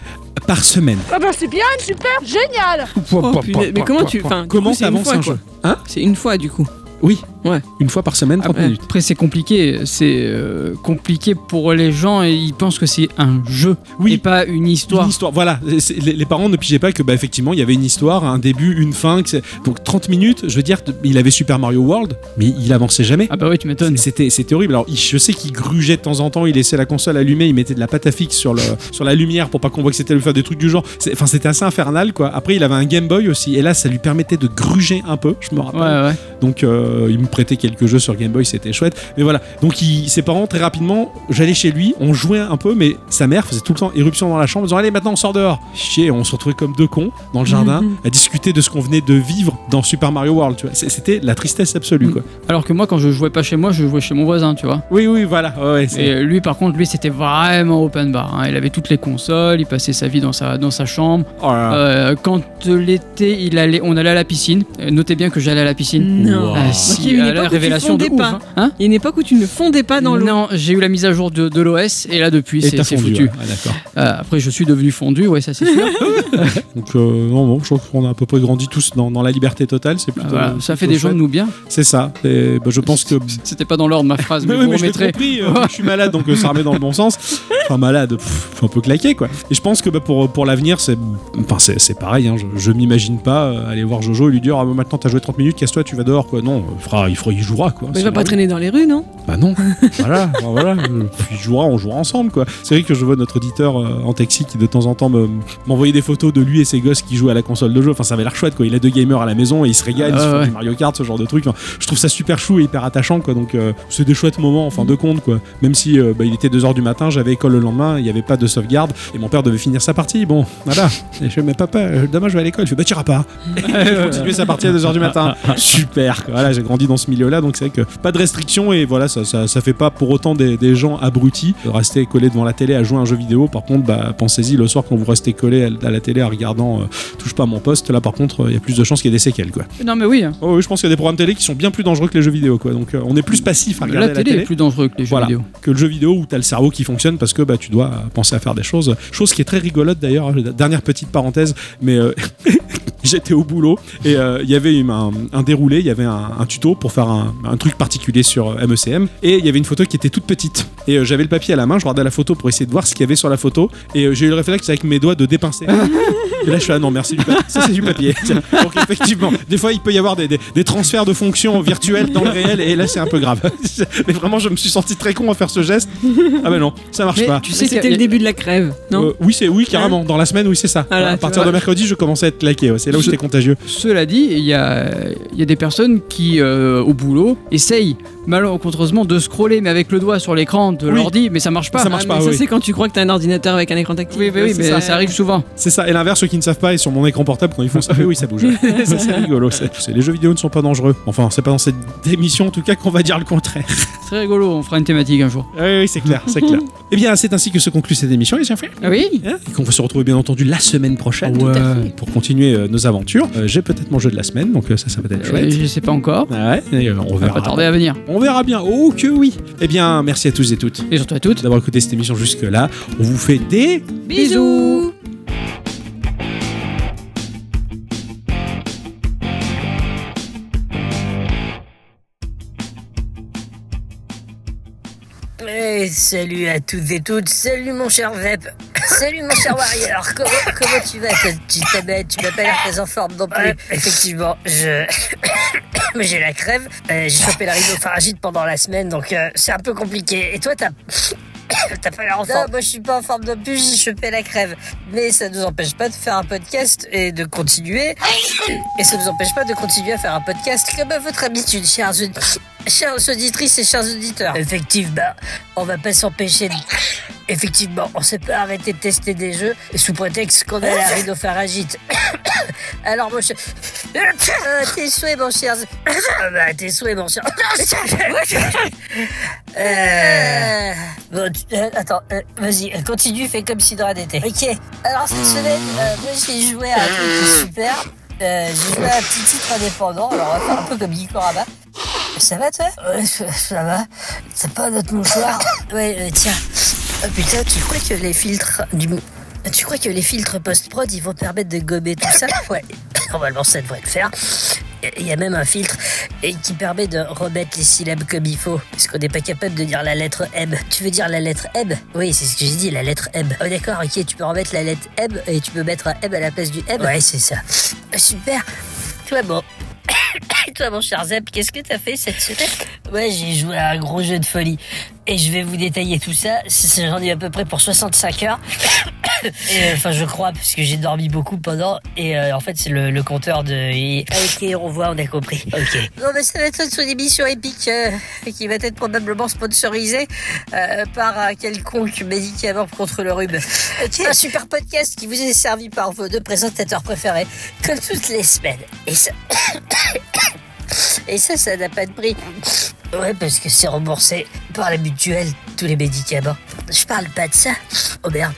S1: par semaine.
S6: Ah bah c'est bien, super, génial
S3: Oh, punaise, mais comment tu. Enfin, du
S1: Comment
S3: coup, c'est une
S1: t'avances
S3: fois,
S1: un
S3: quoi.
S1: jeu Hein
S3: C'est une fois du coup.
S1: Oui.
S3: Ouais.
S1: Une fois par semaine, 30
S3: Ah ouais.
S1: minutes.
S2: ben. après c'est compliqué, c'est euh, compliqué pour les gens et ils pensent que c'est un jeu
S1: Oui.
S2: et pas une histoire.
S1: Une histoire, voilà. C'est- Les, les parents ne pigeaient pas que, bah, effectivement, il y avait une histoire, un début, une fin. que c'est- Donc 30 minutes, je veux dire, il avait Super Mario World, mais il avançait jamais.
S2: Ah bah oui, tu m'étonnes.
S1: C'était, c'était horrible. Alors, il- je sais qu'il grugeait de temps en temps, il laissait la console allumée, il mettait de la pâte à fixe sur, le, sur la lumière pour pas qu'on voit que c'était lui faire des trucs du genre. C'est- Enfin, c'était assez infernal, quoi. Après, il avait un Game Boy aussi, et là, ça lui permettait de gruger un peu, je me
S2: Ouais,
S1: rappelle.
S2: ouais.
S1: Donc, euh, il me prêtait quelques jeux sur Game Boy, c'était chouette. Mais voilà. Donc, il- ses parents, très rapidement, j'allais chez lui, on jouait un peu, mais sa mère faisait tout le temps éruption dans la chambre en disant Allez, maintenant, on sort dehors. Chier, on se retrouvait comme deux cons dans le
S2: Mm-hmm.
S1: jardin à discuter de ce qu'on venait de vivre dans Super Mario World, tu vois. C'est- C'était la tristesse absolue,
S2: Mhm.
S1: quoi.
S2: Alors que moi, quand je jouais pas chez moi, je jouais chez mon voisin, tu vois.
S1: Oui, oui, voilà. Ouais, ouais, c'est-
S2: Et euh, lui, par contre, lui, c'était vraiment open bar. hein. Il avait toutes les consoles, il passait sa vie dans sa, dans sa chambre.
S1: Oh là là.
S2: Euh, quand euh, l'été, il allait, on allait à la piscine. Euh, Notez bien que j'allais à la piscine.
S3: Non.
S1: Wow.
S2: Ah,
S1: Moi
S2: si,
S3: qui ai eu une
S2: ah,
S3: époque
S2: la
S3: où tu
S2: révélation de
S3: fondais
S2: ouf,
S3: pas.
S2: hein. Hein
S3: Il y a une époque où tu ne fondais pas dans l'eau.
S2: non, j'ai eu la mise à jour de, de l'OS et là depuis
S1: Ah, Et
S2: c'est
S1: t'as
S2: c'est
S1: fondu,
S2: foutu.
S1: ouais. Ah, d'accord.
S2: Euh, après je suis devenu fondu, ouais ça c'est sûr.
S1: Donc, euh, non, non, je crois qu'on a à peu près grandi tous dans, dans la liberté totale. C'est
S2: Ah,
S1: plutôt. euh,
S2: voilà, ça
S1: plutôt
S2: fait des gens de
S1: chouette.
S2: nous bien.
S1: C'est ça. Et, bah, je pense que.
S2: C'était pas dans l'ordre ma phrase, mais,
S1: Mais oui,
S2: vous
S1: mais je l'ai
S2: remettrez.
S1: compris, euh, je suis malade, donc euh, ça remet dans le bon sens. Enfin, malade, pff, faut un peu claqué, quoi. Et je pense que bah, pour, pour l'avenir, c'est enfin, c'est- c'est pareil. hein. je je m'imagine pas euh, aller voir Jojo et lui dire Ah, maintenant, t'as joué 30 minutes, casse-toi, tu vas dehors, quoi. Non, euh, il, fera, il, fera, il jouera, quoi.
S3: Mais il va
S1: C'est-
S3: pas traîner dans les rues, non
S1: Bah non, voilà, bah voilà. euh, Puis jouera, on jouera ensemble quoi. C'est vrai que je vois notre auditeur euh, en taxi qui de temps en temps me- m'envoyait des photos de lui et ses gosses qui jouent à la console de jeu. Enfin, ça avait l'air chouette quoi. Il a deux gamers à la maison et ils se régalent, ils se
S2: Ah
S1: font
S2: ouais.
S1: du Mario Kart, ce genre de truc. Enfin, je trouve ça super chou et hyper attachant quoi. Donc euh, c'est des chouettes moments en fin de compte quoi. Même si euh, bah, il était 2h du matin, j'avais école le lendemain, il n'y avait pas de sauvegarde et mon père devait finir sa partie. Bon, voilà. Et je fais, mais papa, euh, demain je vais à l'école. Il fait, bah t'iras pas. Il continuait sa partie à 2h du matin. Super quoi. Voilà, j'ai grandi dans dans ce milieu-là, donc c'est vrai que pas de restrictions et voilà, ça, ça, ça fait pas pour autant des, des gens abrutis de rester collés devant la télé à jouer à un jeu vidéo. Par contre, bah, pensez-y, le soir quand vous restez collés à, à la télé en regardant euh, Touche pas à mon poste, là par contre, euh, il y a plus de chances qu'il y ait des séquelles quoi.
S2: Non, mais oui, hein.
S1: Oh, oui, je pense qu'il y a des programmes télé qui sont bien plus dangereux que les jeux vidéo quoi, donc euh, on est plus passif à
S2: la
S1: regarder
S2: télé,
S1: la télé
S2: est plus dangereuse que les jeux
S1: Voilà.
S2: vidéo.
S1: que le jeu vidéo où t'as le cerveau qui fonctionne parce que bah tu dois euh, penser à faire des choses. Chose qui est très rigolote d'ailleurs. hein, Dernière petite parenthèse, mais euh, j'étais au boulot et euh, il y avait une- un, un déroulé, il y avait un, un tuto pour faire un, un truc particulier sur euh, MECM et il y avait une photo qui était toute petite et euh, j'avais le papier à la main, je regardais la photo pour essayer de voir ce qu'il y avait sur la photo et euh, j'ai eu le réflexe avec mes doigts de dépincer. Et là, je suis ah non, merci du papier. Ça, c'est du papier. Donc, effectivement, des fois, il peut y avoir des, des- des transferts de fonctions virtuelles dans le réel, et là, c'est un peu grave. Mais vraiment, je me suis senti très con à faire ce geste. Ah ben non, ça marche
S2: Mais
S1: pas.
S2: tu
S3: Mais
S2: sais
S3: C'était
S2: que
S3: le début de la crève, non
S1: Euh, oui, c'est oui, carrément. Dans la semaine, oui, c'est ça.
S2: Ah
S3: Voilà,
S1: à
S3: tu
S1: partir
S3: vois.
S1: de mercredi, je commençais à être claqué. ouais. C'est là où
S2: Je-
S1: j'étais contagieux.
S2: Cela dit, il y a, il y a des personnes qui, euh, au boulot, essayent malencontreusement de scroller, mais avec le doigt sur l'écran de
S1: Oui.
S2: l'ordi, mais ça marche pas.
S1: Ça marche
S3: Ah,
S1: pas,
S3: mais ça,
S1: oui.
S3: c'est quand tu crois que t'as un ordinateur avec un écran tactile.
S2: Oui, oui, oui,
S3: c'est
S2: mais ça, arrive souvent.
S1: C'est ça. Et l'inverse, ceux qui ne savent pas, ils sur mon écran portable quand ils font ça. Oui, oui, ça bouge. ça, c'est rigolo. C'est- c'est- les jeux vidéo ne sont pas dangereux. Enfin, c'est pas dans cette émission, en tout cas, qu'on va dire le contraire.
S2: C'est très rigolo, on fera une thématique un jour.
S1: Oui, oui, c'est clair, c'est clair. Eh bien, c'est ainsi que se conclut cette émission, les enfants.
S2: Ah oui
S1: Hein, et qu'on va se retrouver bien entendu la semaine prochaine
S2: Ouais. Tout à fait.
S1: pour continuer euh, nos aventures. Euh, J'ai peut-être mon jeu de la semaine, donc euh, ça, ça va être chouette.
S2: Je sais pas encore.
S1: Ah ouais, et, euh, on
S2: On va pas
S1: verra.
S2: tarder à venir.
S1: On verra bien. Oh que oui. Eh bien, merci à tous et toutes
S2: Et surtout à toutes.
S1: d'avoir écouté cette émission jusque-là. On vous fait des...
S3: Bisous
S7: Eh, salut à toutes et toutes, salut mon cher Vep, salut mon cher Warrior, comment, comment tu vas ta petite tablette Tu n'as pas l'air très en forme non plus. effectivement, je... Mais j'ai la crève, Euh, j'ai chopé la rhinopharyngite pendant la semaine, donc euh, c'est un peu compliqué. Et toi, t'as... T'as pas l'air en forme moi je suis pas en forme non plus, j'ai chopé la crève. Mais ça nous empêche pas de faire un podcast et de continuer. Et ça nous empêche pas de continuer à faire un podcast comme à votre habitude, chers aud- chères auditrices et chers auditeurs. Effectivement, on va pas s'empêcher de... Effectivement, on s'est pas arrêté de tester des jeux sous prétexte qu'on a la rhinopharyngite. Alors mon cher... Euh, tes souhaits mon cher... Ah bah, tes souhaits mon cher... Euh... Bon, tu- euh, attends, euh, vas-y, euh, continue, fais comme si de rien n'était. Ok, alors cette semaine, euh, moi j'ai joué à un truc super. Euh, j'ai joué à un petit titre indépendant, alors on va faire un peu comme Gikorama. Ça va toi Ouais, ça, ça va. T'as pas notre mouchoir Ouais, euh, tiens. Oh putain, tu crois que les filtres du... mou- Tu crois que les filtres post-prod, ils vont permettre de gommer tout ça Ouais, normalement ça devrait le faire. Et Il y a même un filtre et qui permet de remettre les syllabes comme il faut. Parce qu'on n'est pas capable de dire la lettre M. Tu veux dire la lettre M Oui, c'est ce que j'ai dit, la lettre M. Oh d'accord, ok, tu peux remettre la lettre M et tu peux mettre un M à la place du M. Ouais, c'est ça. Super. Toi, bon, et toi, mon cher Zep, qu'est-ce que t'as fait cette semaine Ouais, j'ai joué à un gros jeu de folie. Et je vais vous détailler tout ça. C'est- c'est- J'en ai à peu près pour 65 heures. Et, euh, Enfin, je crois, parce que j'ai dormi beaucoup pendant. Et euh, en fait, c'est le, le compteur de. et- Ok, on voit, on a compris. Ok. Non, mais ça va être une émission épique euh, qui va être probablement sponsorisée euh, par un quelconque médicament contre le rhume. Un super podcast qui vous est servi par vos deux présentateurs préférés, comme toutes les semaines. Et ça, et ça, ça n'a pas de prix. Ouais, parce que c'est remboursé par la mutuelle, tous les médicaments. Je parle pas de ça. Oh merde.